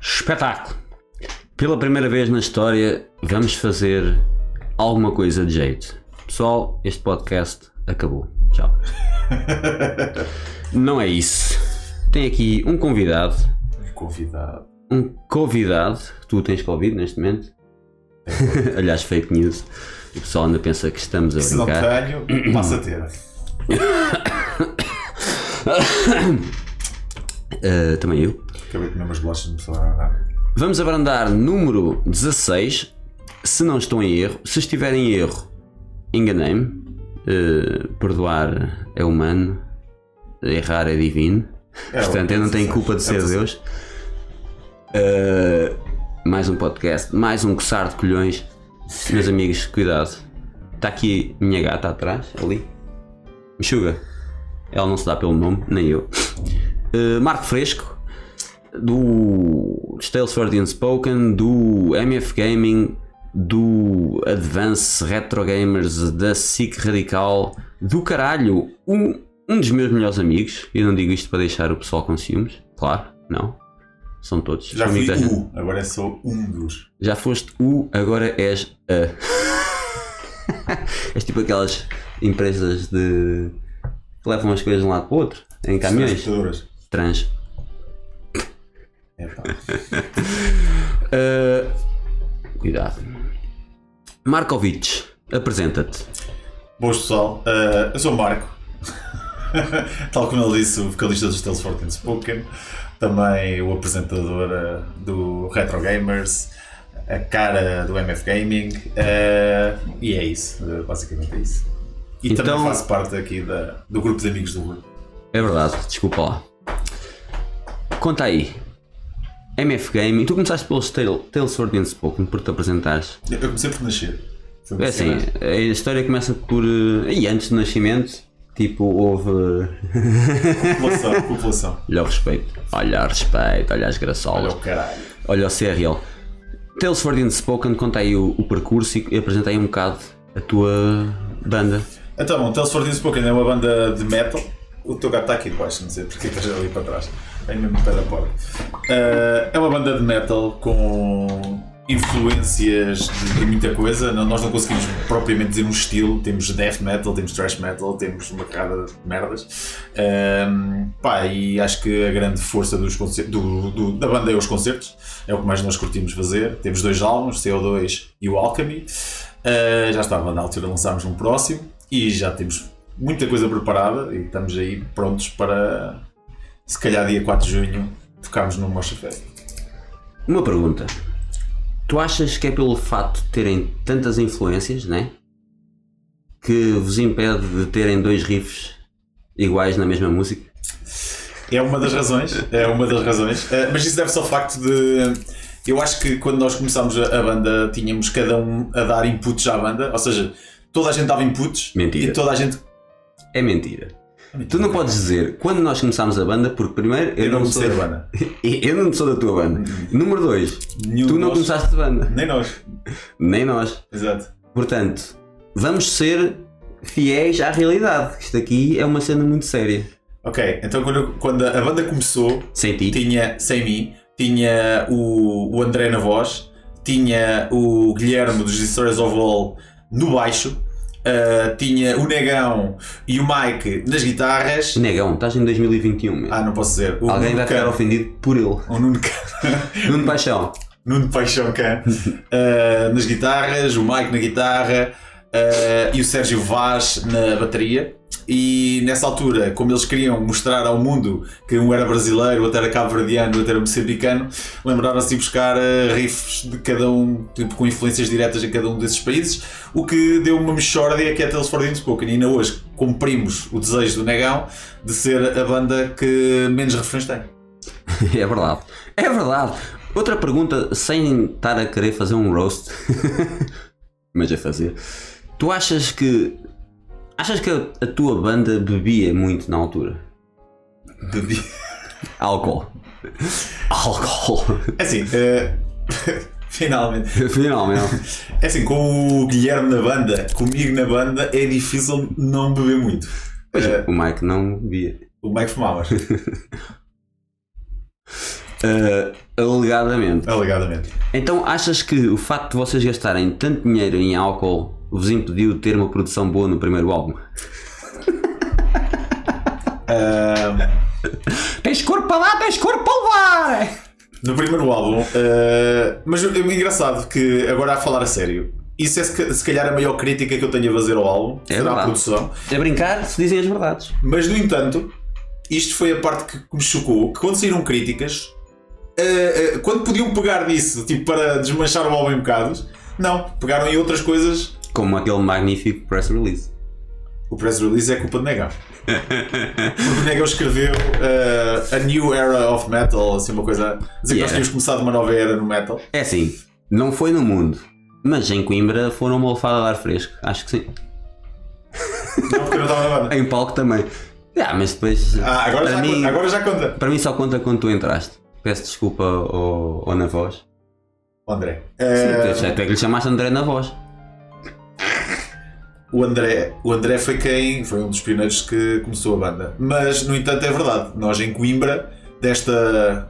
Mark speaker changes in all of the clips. Speaker 1: Espetáculo! Pela primeira vez na história, vamos fazer alguma coisa de jeito. Pessoal, este podcast acabou. Tchau. Não é isso. Tem aqui um convidado,
Speaker 2: Convidado.
Speaker 1: um convidado. Tu tens Covid neste momento? Aliás, fake news. O pessoal ainda pensa que estamos a
Speaker 2: Se não
Speaker 1: brincar.
Speaker 2: tenho, passa a ter.
Speaker 1: Ah, também eu.
Speaker 2: Acabei de comer umas bolachas de pessoal a andar.
Speaker 1: Vamos abrandar número 16. Se não estou em erro, se estiver em erro, enganei-me. Eh, perdoar é humano, errar é divino.
Speaker 2: É,
Speaker 1: Portanto, eu não tenho
Speaker 2: é
Speaker 1: culpa de ser
Speaker 2: verdade.
Speaker 1: Deus. Eh, mais um podcast, mais um coçar de colhões. Meus amigos, cuidado. Está aqui minha gata atrás, ali. Mexuga. Ela não se dá pelo nome, nem eu. Eh, Marco Fresco, do Tales for the Unspoken, do MF Gaming, do Advance Retro Gamers, da SIC Radical, do caralho, um, um dos meus melhores amigos. Eu não digo isto para deixar o pessoal com ciúmes, claro, não. São todos.
Speaker 2: Já
Speaker 1: São né? amigos da
Speaker 2: fui
Speaker 1: gente.
Speaker 2: um, agora é só um dos.
Speaker 1: Já foste U, agora és A. és tipo aquelas empresas de. que levam as coisas de um lado para o outro, em caminhões.
Speaker 2: Transportadoras.
Speaker 1: Trans.
Speaker 2: É, pá.
Speaker 1: Cuidado. Markovic, apresenta-te.
Speaker 2: Boas pessoal, Eh, eu sou o Marco, tal como ele disse, o vocalista dos Tales for the Spoken, também o apresentador eh, do Retro Gamers, a cara do MF Gaming, eh, e é isso, eh, basicamente é isso. E
Speaker 1: Então-
Speaker 2: também faço parte aqui da- do grupo de amigos do Rui.
Speaker 1: É verdade, desculpa lá. Conta aí. MF Gaming, tu começaste pelos Tale- Tales Sword and Spoken por te apresentares.
Speaker 2: Eu eu comecei por nascer. Foi
Speaker 1: É
Speaker 2: muito
Speaker 1: assim,
Speaker 2: cedo.
Speaker 1: a história começa por. eh, E antes do nascimento, tipo, houve.
Speaker 2: População, população.
Speaker 1: Olha o respeito. Olha o respeito, olha as
Speaker 2: Olha
Speaker 1: graçolas.
Speaker 2: o caralho.
Speaker 1: Olha o CRL. Tales for the Unspoken, conta aí o, o percurso e e apresenta aí um bocado a tua banda.
Speaker 2: Então, o Tales for the Spoken é uma banda de metal. O teu gato está aqui debaixo, não sei porque estás ali para trás. Tenho mesmo pé da porta. Ah, é uma banda de metal com influências de, de muita coisa. Não- nós não conseguimos propriamente dizer um estilo. Temos death metal, temos thrash metal, temos uma carrada de merdas. Ahm, pá, e acho que a grande força dos concer- do- do- da banda é os concertos. É o que mais nós curtimos fazer. Temos dois álbuns, CO2 e o Alchemy. Ah, já estava na altura de lançarmos um próximo e já temos muita coisa preparada e estamos aí prontos para se calhar dia 4 de junho tocarmos no Mostra Fest.
Speaker 1: Uma pergunta. Tu achas que é pelo fato de terem tantas influências, né? Que vos impede de terem dois riffs iguais na mesma música?
Speaker 2: É uma das razões, é uma das razões. Eh, mas isso deve-se ao facto de. Eu acho que quando nós começámos a, a banda, tínhamos cada um a dar inputs à banda, ou seja, toda a gente dava inputs
Speaker 1: Mentira.
Speaker 2: e toda a gente. Ah,
Speaker 1: É mentira. Tu não podes dizer quando nós começámos a banda, porque primeiro eu,
Speaker 2: Eu não
Speaker 1: sou
Speaker 2: comecei a
Speaker 1: da-
Speaker 2: banda.
Speaker 1: eu não sou da tua banda. Número dois,
Speaker 2: Nenhum
Speaker 1: tu
Speaker 2: de
Speaker 1: não
Speaker 2: nós-
Speaker 1: começaste de banda,
Speaker 2: Nem nós,
Speaker 1: nem nós.
Speaker 2: exato.
Speaker 1: Portanto, vamos ser fiéis à realidade. que Isto aqui é uma cena muito séria.
Speaker 2: Ok, então quando, eu- quando a banda começou,
Speaker 1: Sem ti,
Speaker 2: tinha sem mim, tinha o, o André na voz, tinha o Guilherme dos Destroyers of All no baixo, ah, tinha o Negão e o Mike nas guitarras.
Speaker 1: negão, estás em 2021. meu.
Speaker 2: Ah, não posso dizer. O
Speaker 1: Hum. Alguém
Speaker 2: Nuno
Speaker 1: vai ficar
Speaker 2: Cano.
Speaker 1: ofendido por ele.
Speaker 2: O Nuno, Cano.
Speaker 1: Nuno Paixão.
Speaker 2: Nuno Paixão Can nas guitarras, o Mike na guitarra ah, e o Sérgio Vaz na bateria. E nessa altura, como eles queriam mostrar ao mundo que um era brasileiro, outro era cabo-verdiano, outro era moçambicano, lembraram-se de buscar ah, riffs de cada um, tipo, com influências diretas de cada um desses países, o que deu uma mexórdia que é Tales for the Unspoken. E ainda hoje cumprimos o desejo do Negão de ser a banda que menos refrões tem.
Speaker 1: É verdade. É verdade. Outra pergunta, sem estar a querer fazer um roast, mas a fazer. Tu achas que. Achas que a, a tua banda bebia muito na altura?
Speaker 2: Bebi-
Speaker 1: Álcool. Álcool.
Speaker 2: É assim, eh, finalmente.
Speaker 1: Finalmente.
Speaker 2: É assim, com o Guilherme na banda, comigo na banda, é difícil não beber muito. Eh,
Speaker 1: O Mike não bebia.
Speaker 2: o Mike fumava.
Speaker 1: Uh, Alegadamente.
Speaker 2: Alegadamente.
Speaker 1: Então achas que o facto de vocês gastarem tanto dinheiro em álcool vos impediu de ter uma produção boa no primeiro álbum?
Speaker 2: Ah,
Speaker 1: Tens corpo para lá, tens corpo para levar!
Speaker 2: no primeiro álbum, ah, mas é engraçado que agora a falar a sério, isso é se ca- se calhar a maior crítica que eu tenho a fazer ao álbum,
Speaker 1: É
Speaker 2: será a
Speaker 1: verdade.
Speaker 2: produção.
Speaker 1: A brincar se dizem as verdades.
Speaker 2: Mas no entanto, isto foi a parte que- que me chocou, que quando saíram críticas, ah, ah, quando podiam pegar nisso, tipo para desmanchar o álbum em bocados, não, pegaram em outras coisas.
Speaker 1: Como aquele magnífico press release.
Speaker 2: O press release é culpa de Negão. Porque o Negão escreveu ah, A New Era of Metal, assim uma coisa. Dizer que nós
Speaker 1: Yeah.
Speaker 2: tínhamos começado uma nova era no metal.
Speaker 1: É assim, não foi no mundo, mas em Coimbra foram uma alfada de ar fresco, acho que sim.
Speaker 2: Não, porque eu não estava na banda.
Speaker 1: Em palco também. Ah, mas depois.
Speaker 2: Ah, agora,
Speaker 1: para,
Speaker 2: já
Speaker 1: mim,
Speaker 2: conta, agora já conta.
Speaker 1: para mim só conta quando tu entraste. Peço desculpa ao, ao na voz.
Speaker 2: O André.
Speaker 1: Sim,
Speaker 2: Ah,
Speaker 1: tu é que lhe chamaste André na voz.
Speaker 2: o André. O André foi quem. Foi um dos pioneiros que começou a banda. Mas, no entanto, é verdade. Nós em Coimbra, desta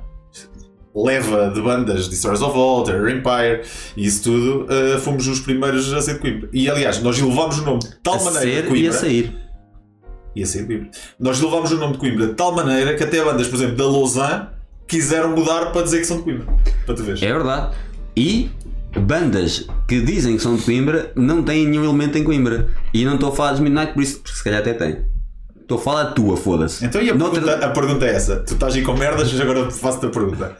Speaker 2: leva de bandas de Stories of All, Terror Empire e isso tudo, ah, fomos os primeiros a ser de Coimbra. E aliás, nós elevámos o nome de tal
Speaker 1: a
Speaker 2: maneira de
Speaker 1: ser
Speaker 2: Coimbra.
Speaker 1: e a sair.
Speaker 2: Ia sair Coimbra. Nós levámos o nome de Coimbra de tal maneira que até bandas, por exemplo, da Lausanne, quiseram mudar para dizer que são de Coimbra. Para tu veres.
Speaker 1: É verdade. E bandas que dizem que são de Coimbra não têm nenhum elemento em Coimbra. E não estou a falar dos Midnight, por isso, porque se calhar até tem. Estou a falar da tua, foda-se.
Speaker 2: Então e a,
Speaker 1: Noutra-
Speaker 2: pergunta, a pergunta é essa. Tu estás aí com merdas, mas agora faço-te a pergunta.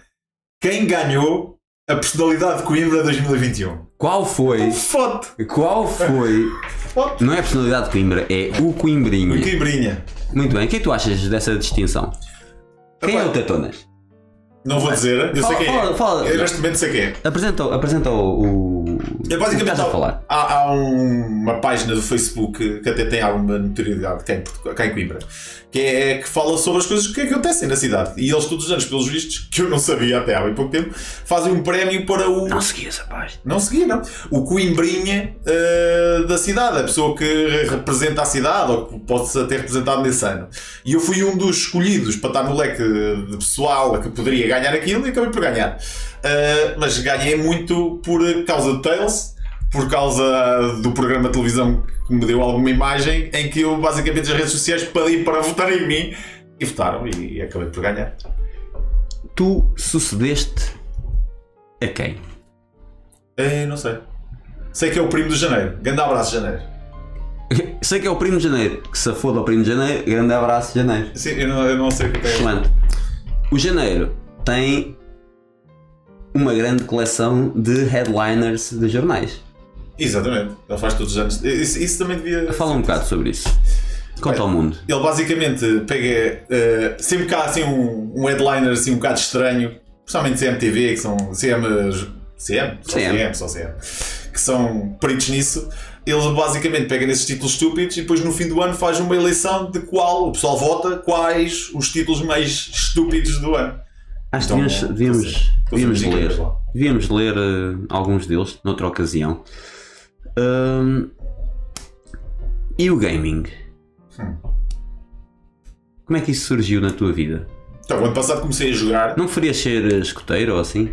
Speaker 2: Quem ganhou a personalidade de Coimbra 2021?
Speaker 1: Qual foi?
Speaker 2: Fote!
Speaker 1: Qual foi?
Speaker 2: Fote!
Speaker 1: Não é a personalidade de Coimbra, é o Coimbrinha.
Speaker 2: Coimbrinha.
Speaker 1: Muito bem, o que é que tu achas dessa distinção? Quem é o Tetonas?
Speaker 2: Não vou dizer, eu sei
Speaker 1: Fala-
Speaker 2: quem é.
Speaker 1: fala- fala.
Speaker 2: Eu neste momento sei quem é.
Speaker 1: Apresenta, apresenta o. o-
Speaker 2: É
Speaker 1: o que
Speaker 2: basicamente
Speaker 1: estás a falar.
Speaker 2: Há, há um- uma página do Facebook que até tem alguma notoriedade cá em, Portu- cá em Coimbra que, é, que fala sobre as coisas que acontecem na cidade. E eles, todos os anos, pelos vistos, que eu não sabia até há bem pouco tempo, fazem um prémio para o.
Speaker 1: Não segui essa página.
Speaker 2: Não seguia, não. O Coimbrinha eh, da cidade, a pessoa que representa a cidade ou que possa ter representado nesse ano. E eu fui um dos escolhidos para estar no leque de pessoal que poderia ganhar aquilo e acabei por ganhar. Eh, mas ganhei muito por causa de Tales, por causa do programa de televisão que me deu alguma imagem, em que eu basicamente as redes sociais pedi para votar em mim e votaram e acabei por ganhar.
Speaker 1: Tu sucedeste a quem?
Speaker 2: Eh, não sei. Sei que é o primo de janeiro. Grande abraço, janeiro.
Speaker 1: Sei que é o Primo de Janeiro, que se foda ao Primo de Janeiro, grande abraço, Janeiro.
Speaker 2: Sim, eu não, eu não sei o que é.
Speaker 1: Excelente. O Janeiro tem uma grande coleção de headliners de jornais.
Speaker 2: Exatamente, ele faz todos os anos. Isso, isso também devia.
Speaker 1: Fala um bocado sobre isso. Conta ao mundo.
Speaker 2: Ele basicamente pega. eh, sempre que há assim, um, um headliner assim, um bocado estranho, especialmente CMTV, que são CM. CM? Só
Speaker 1: CM.
Speaker 2: CM, só CM. Que são peritos nisso. Ele basicamente pega nesses títulos estúpidos e depois no fim do ano faz uma eleição de qual o pessoal vota quais os títulos mais estúpidos do ano.
Speaker 1: Acho que
Speaker 2: Então,
Speaker 1: devíamos,
Speaker 2: tô
Speaker 1: devíamos,
Speaker 2: sem- tô sem
Speaker 1: devíamos
Speaker 2: música,
Speaker 1: ler,
Speaker 2: mas lá.
Speaker 1: devíamos ler eh, alguns deles noutra ocasião. Ahm, e o gaming?
Speaker 2: Hum.
Speaker 1: Como é que isso surgiu na tua vida?
Speaker 2: Então, o ano passado comecei a jogar.
Speaker 1: Não preferias ser eh, escoteiro ou assim?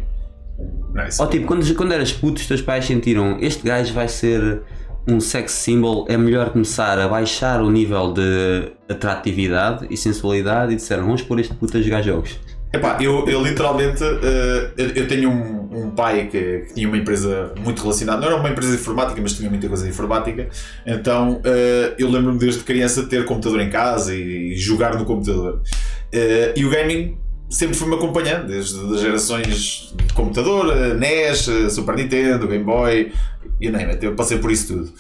Speaker 2: Não, é? isso-
Speaker 1: Ou tipo, quando, quando eras puto, os teus pais sentiram este gajo vai ser um sex symbol, é melhor começar a baixar o nível de atratividade e sensualidade e disseram vamos pôr este puto a jogar jogos.
Speaker 2: Epá, eu, eu literalmente eh, eu, eu tenho um, um pai que, que tinha uma empresa muito relacionada, não era uma empresa de informática, mas tinha muita coisa de informática, então eh, eu lembro-me desde criança de ter computador em casa e, e jogar no computador. Eh, e o gaming sempre foi-me acompanhando, desde as gerações de computador, eh, NES, eh, Super Nintendo, Game Boy, you name it, eu passei por isso tudo.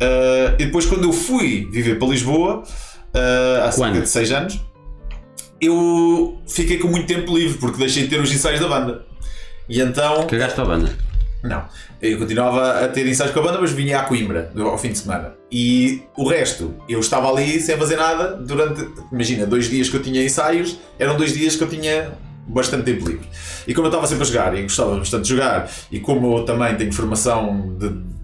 Speaker 2: Eh, e depois quando eu fui viver para Lisboa, eh, há cerca
Speaker 1: Quando?
Speaker 2: de 6 anos, eu fiquei com muito tempo livre porque deixei de ter os ensaios da banda. E então.
Speaker 1: Cagaste para a banda.
Speaker 2: Não. Eu continuava a ter ensaios com a banda, mas vinha à Coimbra ao fim de semana. E o resto, eu estava ali sem fazer nada durante. Imagina, dois dias que eu tinha ensaios, eram dois dias que eu tinha bastante tempo livre. E como eu estava sempre a jogar e gostava bastante de jogar, e como eu também tenho formação de.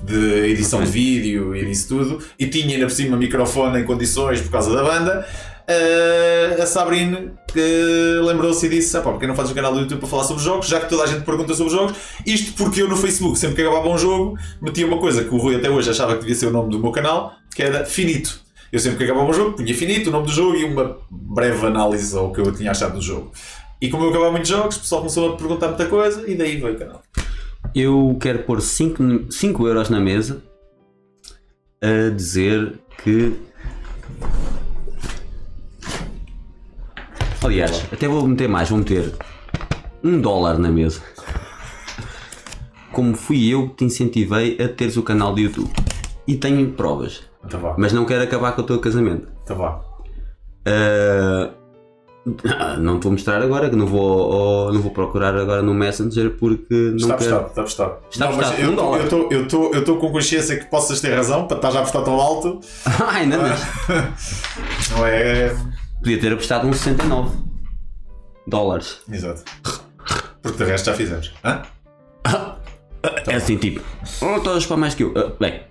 Speaker 2: De edição de vídeo e disso tudo, e tinha ainda por cima microfone em condições por causa da banda, eh, a Sabrine que lembrou-se e disse: ah, pá, porque não fazes um canal do YouTube para falar sobre jogos, já que toda a gente pergunta sobre jogos? Isto porque eu no Facebook, sempre que acabava um jogo, metia uma coisa que o Rui até hoje achava que devia ser o nome do meu canal, que era Finito. Eu sempre que acabava um jogo, punha Finito, o nome do jogo e uma breve análise ao que eu tinha achado do jogo. E como eu acabava muitos jogos, o pessoal começou a perguntar muita coisa e daí veio o canal.
Speaker 1: Eu quero pôr 5 euros na mesa a dizer que. Aliás, até vou meter mais, vou meter um dólar na mesa. Como fui eu que te incentivei a teres o canal de YouTube. E tenho provas.
Speaker 2: Então vá,
Speaker 1: Mas não quero acabar com o teu casamento.
Speaker 2: então vá.
Speaker 1: Ah, não te vou mostrar agora, que não vou, oh, não vou procurar agora no Messenger porque não
Speaker 2: Está
Speaker 1: quero.
Speaker 2: apostado, está apostado.
Speaker 1: Está
Speaker 2: Não, mas
Speaker 1: apostado,
Speaker 2: eu
Speaker 1: um
Speaker 2: tô-
Speaker 1: dólar.
Speaker 2: eu tô- eu tô- Eu estou com consciência que possas ter razão para estar já apostar tão alto.
Speaker 1: Ai, não, mas-
Speaker 2: Não é.
Speaker 1: Podia ter apostado uns 69 dólares.
Speaker 2: Exato. Porque de resto já fizemos. Hã?
Speaker 1: é assim, tipo, oh, todas para mais que eu. Ah, bem,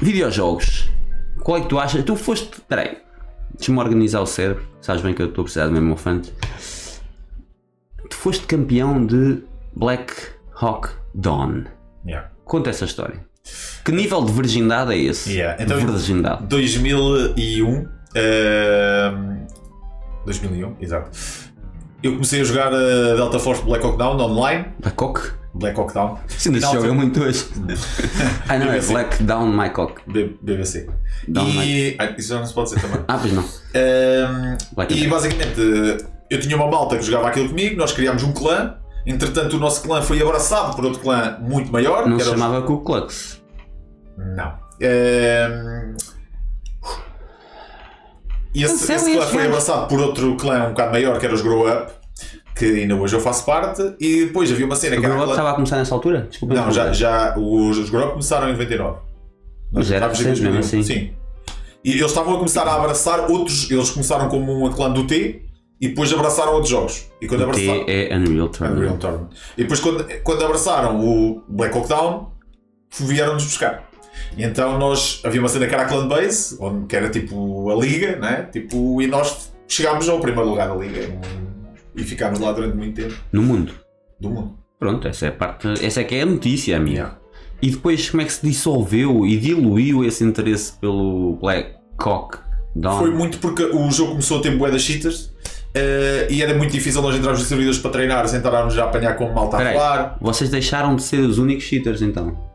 Speaker 1: videojogos. Qual é que tu achas? Tu foste. Peraí, deixa-me organizar o cérebro. Sabes bem que eu estou a precisar de mesmo ofante. Tu foste campeão de Black Hawk Dawn.
Speaker 2: Yeah.
Speaker 1: Conta essa história. Que nível de virgindade é esse?
Speaker 2: Yeah, então-
Speaker 1: de virgindade.
Speaker 2: 2001. ehm, 2001, exato. Eu comecei a jogar eh, Delta Force Black Hawk Down online.
Speaker 1: Black Hawk?
Speaker 2: Black Hawk Down.
Speaker 1: Sim, esse
Speaker 2: Não,
Speaker 1: jogo é
Speaker 2: foi-
Speaker 1: muito hoje. Ah, não, é
Speaker 2: Diga assim.
Speaker 1: Black Down My Cock.
Speaker 2: B- BBC.
Speaker 1: Down
Speaker 2: e. Ah, isso já não se pode dizer também.
Speaker 1: Ah, pois não.
Speaker 2: Ehm,
Speaker 1: Black
Speaker 2: E
Speaker 1: and Black.
Speaker 2: basicamente eu tinha uma malta que jogava aquilo comigo, nós criámos um clã. Entretanto, o nosso clã foi abraçado por outro clã muito maior.
Speaker 1: Não
Speaker 2: que
Speaker 1: se
Speaker 2: era o-
Speaker 1: chamava Ku Klux.
Speaker 2: Não. Ehm, E esse,
Speaker 1: Cancela
Speaker 2: esse clã
Speaker 1: este
Speaker 2: foi
Speaker 1: gajo.
Speaker 2: abraçado por outro clã um bocado maior, que era os Grow Up, que ainda hoje eu faço parte. E depois havia uma cena
Speaker 1: O
Speaker 2: É que era.
Speaker 1: Grow Up
Speaker 2: clã-
Speaker 1: estava a começar nessa altura? Desculpa.
Speaker 2: Não, já, já os, os Grow Up começaram em 99.
Speaker 1: Mas
Speaker 2: Nós
Speaker 1: era
Speaker 2: começámos em
Speaker 1: recente mesmo
Speaker 2: 2001,
Speaker 1: assim.
Speaker 2: Sim. E eles estavam a começar a abraçar outros. Eles começaram como um clã do T e depois abraçaram outros jogos. E quando abraçaram.
Speaker 1: T é Unreal Tournament.
Speaker 2: Unreal Tournament. E depois, quando, quando abraçaram o Black Hawk Down, vieram-nos buscar. E então nós havia uma cena que era a Clan Base, onde, que era tipo a Liga, né? tipo, e nós chegámos ao primeiro lugar da Liga um, e ficámos lá durante muito tempo
Speaker 1: No mundo.
Speaker 2: do mundo.
Speaker 1: Pronto, essa é a parte. Essa é que é a notícia, amigo.
Speaker 2: Yeah.
Speaker 1: E depois como é que se dissolveu e diluiu esse interesse pelo Black Cock Dawn?
Speaker 2: Foi muito porque o jogo começou a ter bué das cheaters eh, e era muito difícil nós entrarmos nos servidores para treinar, sentarmos já a apanhar com malta a
Speaker 1: Peraí.
Speaker 2: falar.
Speaker 1: Vocês deixaram de ser os únicos cheaters então.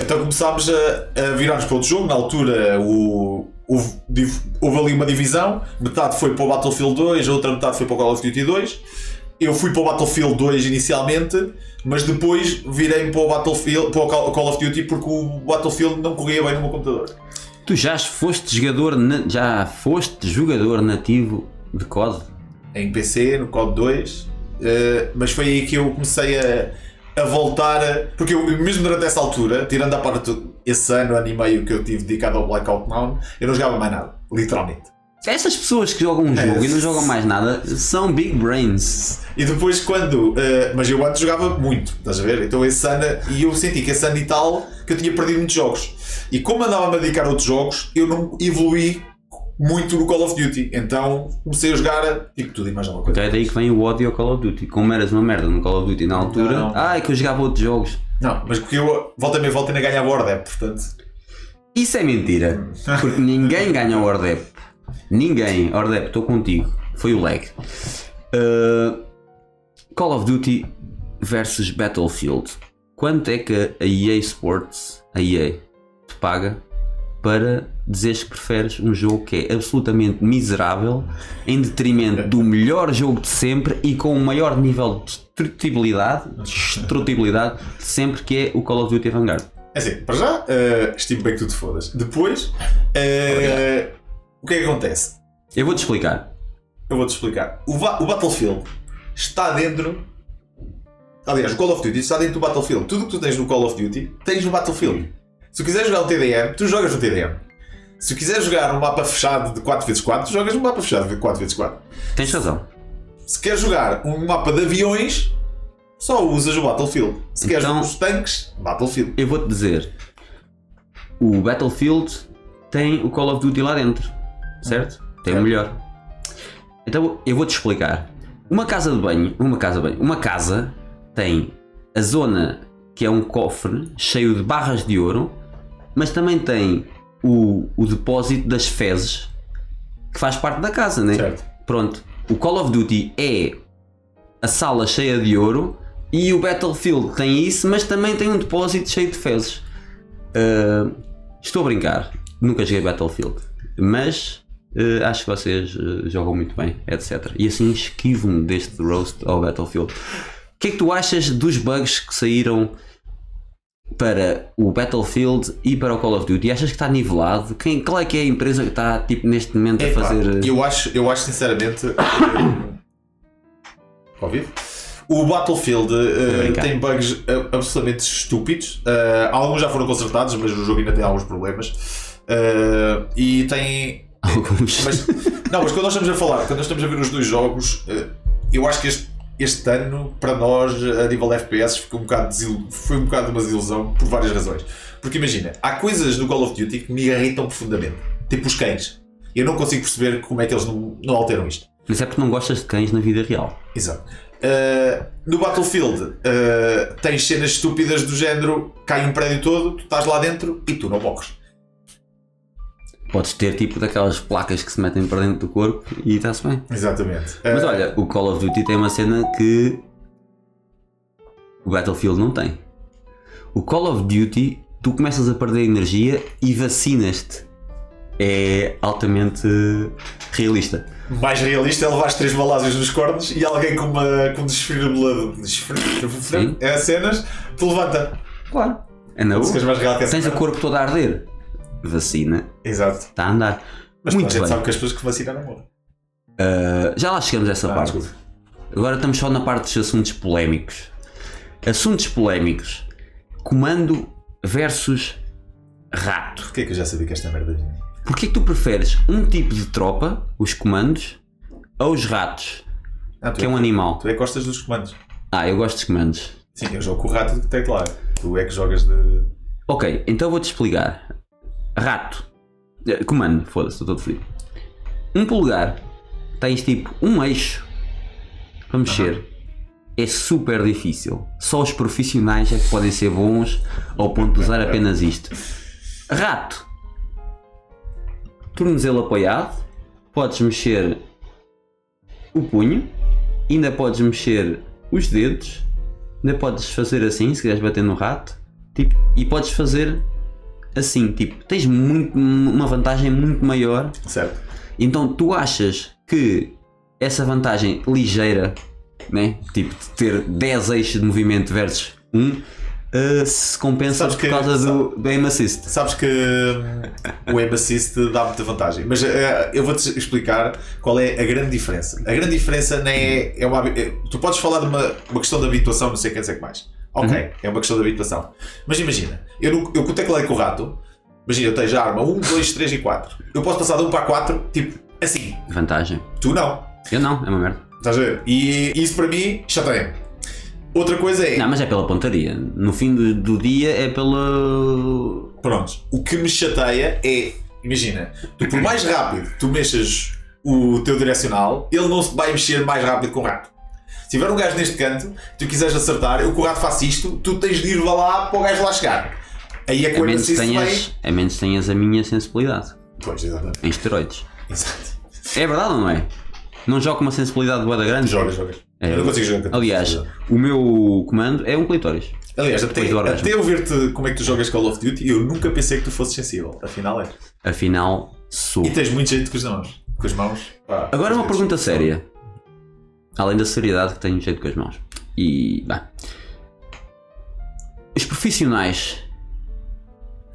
Speaker 2: Então começámos a, a virar-nos para outro jogo. Na altura o, houve, div- houve ali uma divisão. Metade foi para o Battlefield 2, a outra metade foi para o Call of Duty 2. Eu fui para o Battlefield 2 inicialmente, mas depois virei para o Battlefield, para o Call Call of Duty porque o Battlefield não corria bem no meu computador.
Speaker 1: Tu já foste jogador na- já foste jogador nativo de COD?
Speaker 2: em PC, no COD 2, eh, mas foi aí que eu comecei a, a voltar, a- porque eu, mesmo durante essa altura, tirando a parte do- esse ano, ano e meio que eu tive dedicado ao Blackout Mountain, eu não jogava mais nada, literalmente.
Speaker 1: Essas pessoas que jogam
Speaker 2: É,
Speaker 1: um jogo e não jogam mais nada são big brains.
Speaker 2: E depois quando. eh, mas eu antes jogava muito, estás a ver? Então esse ano. E eu senti que esse ano e tal que eu tinha perdido muitos jogos. E como andava-me a dedicar a outros jogos, eu não evoluí muito no Call of Duty. Então comecei a jogar tipo tudo e mais alguma coisa.
Speaker 1: Então é daí que vem o ódio ao Call of Duty. Como eras uma merda no Call of Duty na altura,
Speaker 2: Não.
Speaker 1: ai que eu jogava outros jogos.
Speaker 2: Não, mas porque eu volta a meia volta ainda ganhava o Ordep, portanto.
Speaker 1: Isso é mentira. Porque ninguém ganha o Ordep. Ninguém. Ordep, estou contigo. Foi o lag. Uh, Call of Duty versus Battlefield. Quanto é que a EA Sports, a EA, te paga para dizeres que preferes um jogo que é absolutamente miserável, em detrimento do melhor jogo de sempre e com o maior nível de destrutibilidade, destrutibilidade de sempre, que é o Call of Duty Vanguard?
Speaker 2: É assim, para já, eh, estimo bem que tu te fodas. Depois, eh, o que é que acontece?
Speaker 1: Eu vou-te explicar.
Speaker 2: Eu vou-te explicar. O, va- o Battlefield está dentro. Aliás, o Call of Duty está dentro do Battlefield. Tudo o que tu tens no Call of Duty, tens no Battlefield. Se tu quiseres jogar um TDM, tu jogas no TDM. Se tu quiseres jogar um mapa fechado de 4x4, tu jogas um mapa fechado de 4x4.
Speaker 1: Tens razão.
Speaker 2: Se queres jogar um mapa de aviões, só usas o Battlefield. Se queres
Speaker 1: Então-
Speaker 2: os tanques, Battlefield.
Speaker 1: Eu vou-te dizer. o Battlefield tem o Call of Duty lá dentro, certo? Tem o
Speaker 2: Certo.
Speaker 1: melhor. Então eu vou-te explicar. Uma casa de banho, uma casa de banho, uma casa tem a zona que é um cofre cheio de barras de ouro, mas também tem o, o depósito das fezes que faz parte da casa, né?
Speaker 2: Certo.
Speaker 1: Pronto. O Call of Duty é a sala cheia de ouro e o Battlefield tem isso, mas também tem um depósito cheio de fezes. Ah, estou a brincar. Nunca joguei Battlefield. Mas ah, acho que vocês ah, jogam muito bem, etc. E assim esquivo-me deste roast ao Battlefield. O que é que tu achas dos bugs que saíram para o Battlefield e para o Call of Duty? Achas que está nivelado? Quem, qual é que é a empresa que está tipo, neste momento a
Speaker 2: Epá,
Speaker 1: fazer. eh,
Speaker 2: Eu acho, eu acho sinceramente. eh, Ao vivo? O Battlefield eh,
Speaker 1: brincar.
Speaker 2: tem bugs eh, absolutamente estúpidos. Eh, alguns já foram consertados, mas o jogo ainda tem alguns problemas. Eh, e tem.
Speaker 1: Alguns.
Speaker 2: Mas, não, mas quando nós estamos a falar, quando nós estamos a ver os dois jogos, eh, eu acho que este, este ano, para nós, a nível de FPS, ficou um bocado desilu- foi um bocado uma desilusão por várias razões. Porque imagina, há coisas no Call of Duty que me irritam profundamente. Tipo os cães. Eu não consigo perceber como é que eles não, não alteram isto.
Speaker 1: Mas é porque não gostas de cães na vida real.
Speaker 2: Exato. Uh, no Battlefield uh, tens cenas estúpidas do género cai um prédio todo, tu estás lá dentro e tu não morres.
Speaker 1: Podes ter tipo daquelas placas que se metem para dentro do corpo e está-se bem.
Speaker 2: Exatamente.
Speaker 1: Mas olha, o Call of Duty tem uma cena que o Battlefield não tem. O Call of Duty, tu começas a perder energia e vacinas-te. É altamente realista.
Speaker 2: mais realista é levar as três balásias nos cornos e alguém com, uma, com um desfibrilador
Speaker 1: Sim.
Speaker 2: desfibrilador- é cenas te levanta.
Speaker 1: Claro. É na
Speaker 2: Se queres
Speaker 1: boa.
Speaker 2: mais real que essa
Speaker 1: Tens o
Speaker 2: merda.
Speaker 1: corpo todo a arder. Vacina.
Speaker 2: Exato.
Speaker 1: Está a andar.
Speaker 2: Mas toda a
Speaker 1: Muito
Speaker 2: gente
Speaker 1: bem.
Speaker 2: sabe que as pessoas que vacinam não morrem.
Speaker 1: Uh, já lá chegamos a essa
Speaker 2: Ah,
Speaker 1: parte.
Speaker 2: desculpa.
Speaker 1: Agora estamos só na parte dos assuntos polémicos. Assuntos polémicos. Comando versus rato.
Speaker 2: Porquê que eu já sabia que esta merda vinha?
Speaker 1: Porquê que tu preferes um tipo de tropa, os comandos, aos ratos,
Speaker 2: Ah, tu,
Speaker 1: que é um animal?
Speaker 2: tu é que gostas dos comandos.
Speaker 1: Ah, eu gosto de comandos.
Speaker 2: Sim, eu jogo com o rato de teclado. Tu é que jogas de.
Speaker 1: Ok, então vou-te explicar. Rato. Eh, Comando, foda-se, estou todo frio. Um polegar. Tens tipo um eixo para mexer. É super difícil. Só os profissionais é que podem ser bons ao ponto de usar apenas isto. Rato. Tornozelo apoiado. Podes mexer o punho. Ainda podes mexer os dedos. Ainda podes fazer assim, se quiseres bater no rato. Tipo, e podes fazer assim, tipo, tens muito, uma vantagem muito maior.
Speaker 2: Certo.
Speaker 1: Então tu achas que essa vantagem ligeira, né? Tipo, de ter 10 eixos de movimento versus 1, se compensa
Speaker 2: Sabes
Speaker 1: por
Speaker 2: que-
Speaker 1: causa do, do aim assist.
Speaker 2: Sabes que hum, o aim assist dá muita vantagem, mas eh, eu vou-te explicar qual é a grande diferença. A grande diferença nem é, é uma. habi- eh, tu podes falar de uma, uma questão de habituação, não sei o que dizer que mais. Ok, é uma questão de habituação. Mas imagina, eu, não, eu com o teclado e com o rato, imagina, eu tenho a arma 1, 2, 3 e 4. Eu posso passar de 1 para 4, tipo assim.
Speaker 1: Vantagem.
Speaker 2: Tu não.
Speaker 1: Eu não, é uma merda.
Speaker 2: Estás a ver? E isso para mim chateia. Outra coisa é.
Speaker 1: Não, mas é pela pontaria. No fim do, do dia é pela.
Speaker 2: Pronto, o que me chateia é, imagina, tu por mais rápido tu mexas o teu direcional, ele não se vai mexer mais rápido com o rato. Se tiver um gajo neste canto, tu quiseres acertar, eu com o rato faço isto, tu tens de ir lá para o gajo lá chegar. Aí é
Speaker 1: A
Speaker 2: quando
Speaker 1: menos, que
Speaker 2: se
Speaker 1: tenhas,
Speaker 2: vai.
Speaker 1: a menos que tenhas a minha sensibilidade
Speaker 2: Pois, exatamente.
Speaker 1: em esteroides.
Speaker 2: Exato.
Speaker 1: É verdade ou não é? Não jogo com uma sensibilidade boa da grande?
Speaker 2: Jogas, jogas.
Speaker 1: É,
Speaker 2: eu não consigo jogar com
Speaker 1: Aliás, o meu comando é um clitóris.
Speaker 2: Aliás, até,
Speaker 1: depois do orgasmo.
Speaker 2: até eu ver-te como é que tu jogas Call of Duty, eu nunca pensei que tu fosses sensível. Afinal é.
Speaker 1: Afinal, sou.
Speaker 2: E tens muito jeito com as mãos. Com as mãos. pá,
Speaker 1: Agora
Speaker 2: às
Speaker 1: uma
Speaker 2: vezes.
Speaker 1: pergunta séria. Além da seriedade que tenho jeito com as mãos. E. bem. Os profissionais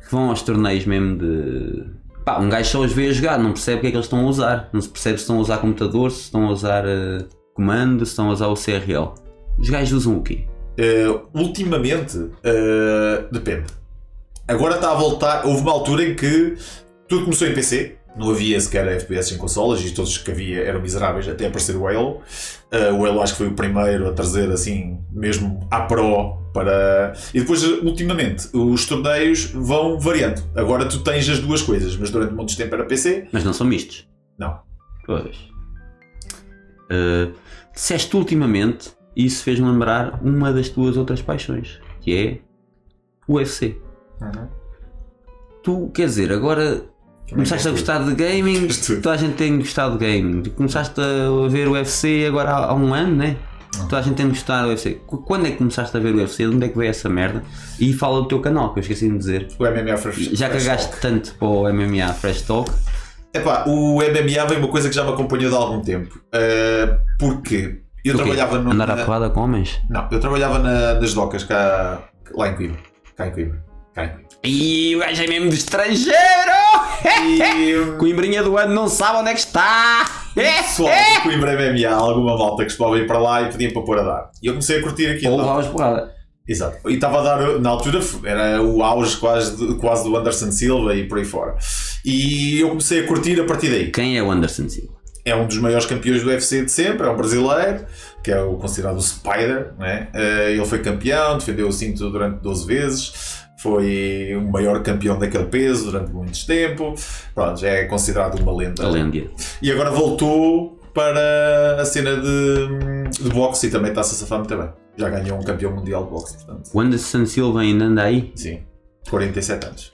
Speaker 1: que vão aos torneios mesmo de. Pá, um gajo só os vê a jogar, não percebe o que é que eles estão a usar. Não se percebe se estão a usar computador, se estão a usar eh, comando, se estão a usar o CRL. Os gajos usam o quê?
Speaker 2: Uh, ultimamente, eh, uh, depende. Agora está a voltar. Houve uma altura em que tudo começou em PC, Não havia sequer FPS em consolas e todos os que havia eram miseráveis, até aparecer o Halo. Eh, o Halo acho que foi o primeiro a trazer assim, mesmo à pro para. E depois, eh, ultimamente, os torneios vão variando. Agora tu tens as duas coisas, mas durante muito tempo era PC.
Speaker 1: Mas não são mistos.
Speaker 2: Não.
Speaker 1: Pois. Ah, disseste ultimamente, e isso fez-me lembrar uma das tuas outras paixões, que é o UFC. Tu, quer dizer, agora começaste a gostar de gaming,
Speaker 2: Gosto de tudo.
Speaker 1: toda a gente tem gostado de gaming. Tu Começaste a ver o UFC agora há, há um ano, né? Toda a gente tem gostado do UFC. Qu- Quando é que começaste a ver o UFC? De onde é que veio essa merda? E fala do teu canal, que eu esqueci de dizer.
Speaker 2: O MMA Fresh.
Speaker 1: Já
Speaker 2: Fresh
Speaker 1: cagaste
Speaker 2: Talk.
Speaker 1: tanto para o MMA Fresh Talk,
Speaker 2: Epá, o MMA veio uma coisa que já me acompanhou de algum tempo. Eh, porque eu
Speaker 1: O quê?
Speaker 2: trabalhava no.
Speaker 1: andar à
Speaker 2: na-
Speaker 1: porrada com homens?
Speaker 2: Não, eu trabalhava na- nas docas cá, lá em Coimbra. Cá em Coimbra. Cá em Coimbra.
Speaker 1: E o gajo é mesmo estrangeiro!
Speaker 2: E
Speaker 1: Coimbrinha do ano não sabe onde é que está! É!
Speaker 2: pessoal de Coimbra MMA, alguma malta que costumava ir para lá e pediam para pôr a dar. E eu comecei a curtir aquilo.
Speaker 1: Ou levavas porrada.
Speaker 2: Exato. E estava a dar, na altura, era o auge quase, de- quase do Anderson Silva e por aí fora. E eu comecei a curtir a partir daí.
Speaker 1: Quem é o Anderson Silva?
Speaker 2: é um dos maiores campeões do UFC de sempre, é um brasileiro, que é o considerado o Spider, né? Eh, ele foi campeão, defendeu o cinto durante 12 vezes, foi o maior campeão daquele peso durante muito tempo, pronto, já é considerado uma lenda.
Speaker 1: A Lândia.
Speaker 2: E agora voltou para a cena de, de boxe e também está-se a safar muito bem. Já ganhou um campeão mundial de boxe, portanto,
Speaker 1: O Anderson Silva ainda anda aí?
Speaker 2: sim, 47 anos.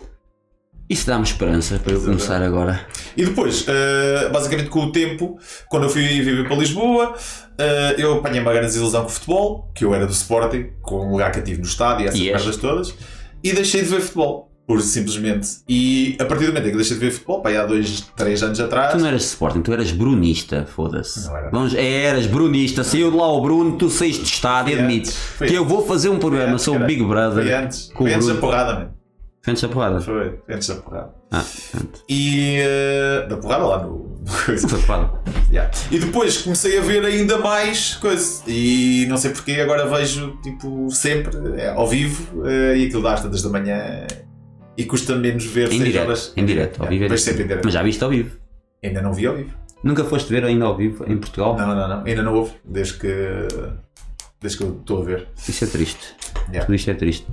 Speaker 1: Isso dá-me esperança para eu
Speaker 2: Exatamente.
Speaker 1: começar agora.
Speaker 2: E depois, eh, basicamente com o tempo, quando eu fui viver para Lisboa, eh, eu apanhei uma grande desilusão com o futebol, que eu era do Sporting, com o lugar que eu tive no estádio e essas
Speaker 1: E és.
Speaker 2: merdas todas, e deixei de ver futebol, por simplesmente. E a partir do momento em que deixei de ver futebol, pá, aí há dois, três anos atrás,
Speaker 1: Tu não é? eras de Sporting, tu eras brunista, foda-se.
Speaker 2: Não era.
Speaker 1: Vamos, eras brunista, saiu de lá o Bruno, tu saíste de estado e
Speaker 2: Foi
Speaker 1: admites
Speaker 2: antes, foi
Speaker 1: que eu vou fazer um programa
Speaker 2: antes,
Speaker 1: sobre
Speaker 2: caralho.
Speaker 1: Big
Speaker 2: foi
Speaker 1: Brother.
Speaker 2: antes,
Speaker 1: com o
Speaker 2: foi antes da
Speaker 1: Bruno.
Speaker 2: porrada, mano.
Speaker 1: Fentes a porrada.
Speaker 2: Foi antes da porrada.
Speaker 1: Ah, pronto.
Speaker 2: E eh, da porrada lá no. no coisa.
Speaker 1: Fentes a porrada.
Speaker 2: Yeah. E depois comecei a ver ainda mais coisa. E não sei porquê, agora vejo tipo sempre, é, ao vivo, eh, e aquilo dá às tantas da manhã e custa menos ver
Speaker 1: Em
Speaker 2: seis
Speaker 1: direto,
Speaker 2: horas.
Speaker 1: em direto, ao
Speaker 2: Yeah,
Speaker 1: vivo. é
Speaker 2: vejo
Speaker 1: diferente.
Speaker 2: sempre em direto.
Speaker 1: Mas já viste ao vivo.
Speaker 2: Ainda não vi ao vivo.
Speaker 1: Nunca foste ver ainda ao vivo em Portugal?
Speaker 2: Não, não, não. Ainda não houve, desde que. Desde que eu estou a ver.
Speaker 1: Isso é triste.
Speaker 2: Yeah.
Speaker 1: Tudo isto é triste.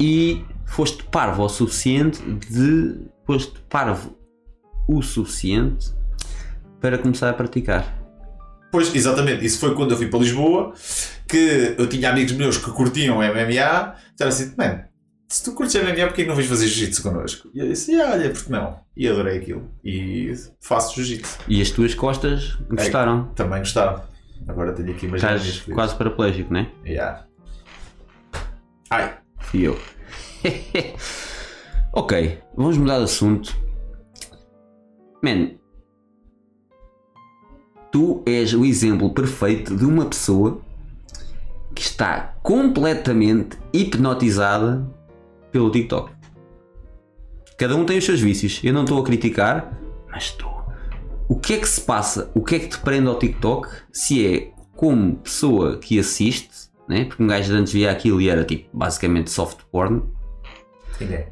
Speaker 1: E foste parvo o suficiente de. Foste parvo o suficiente para começar a praticar.
Speaker 2: Pois, exatamente, isso foi quando eu fui para Lisboa, que eu tinha amigos meus que curtiam MMA, disseram assim, mano, se tu curtes MMA, porquê que não vais fazer jiu-jitsu connosco? E eu disse, "Ah, olha, porque não? E adorei aquilo. E faço jiu-jitsu.
Speaker 1: E as tuas costas gostaram.
Speaker 2: Também gostava. Agora tenho aqui umas
Speaker 1: Estás
Speaker 2: grandes
Speaker 1: quase paraplégico, não é?
Speaker 2: Yeah. Ai,
Speaker 1: Fui eu. ok, vamos mudar de assunto. Man, tu és o exemplo perfeito de uma pessoa que está completamente hipnotizada pelo TikTok. Cada um tem os seus vícios. Eu não estou a criticar, mas estou. O que é que se passa? O que é que te prende ao TikTok? Se é como pessoa que assiste, né? porque um gajo antes via aquilo e era tipo basicamente soft porn.
Speaker 2: quem é?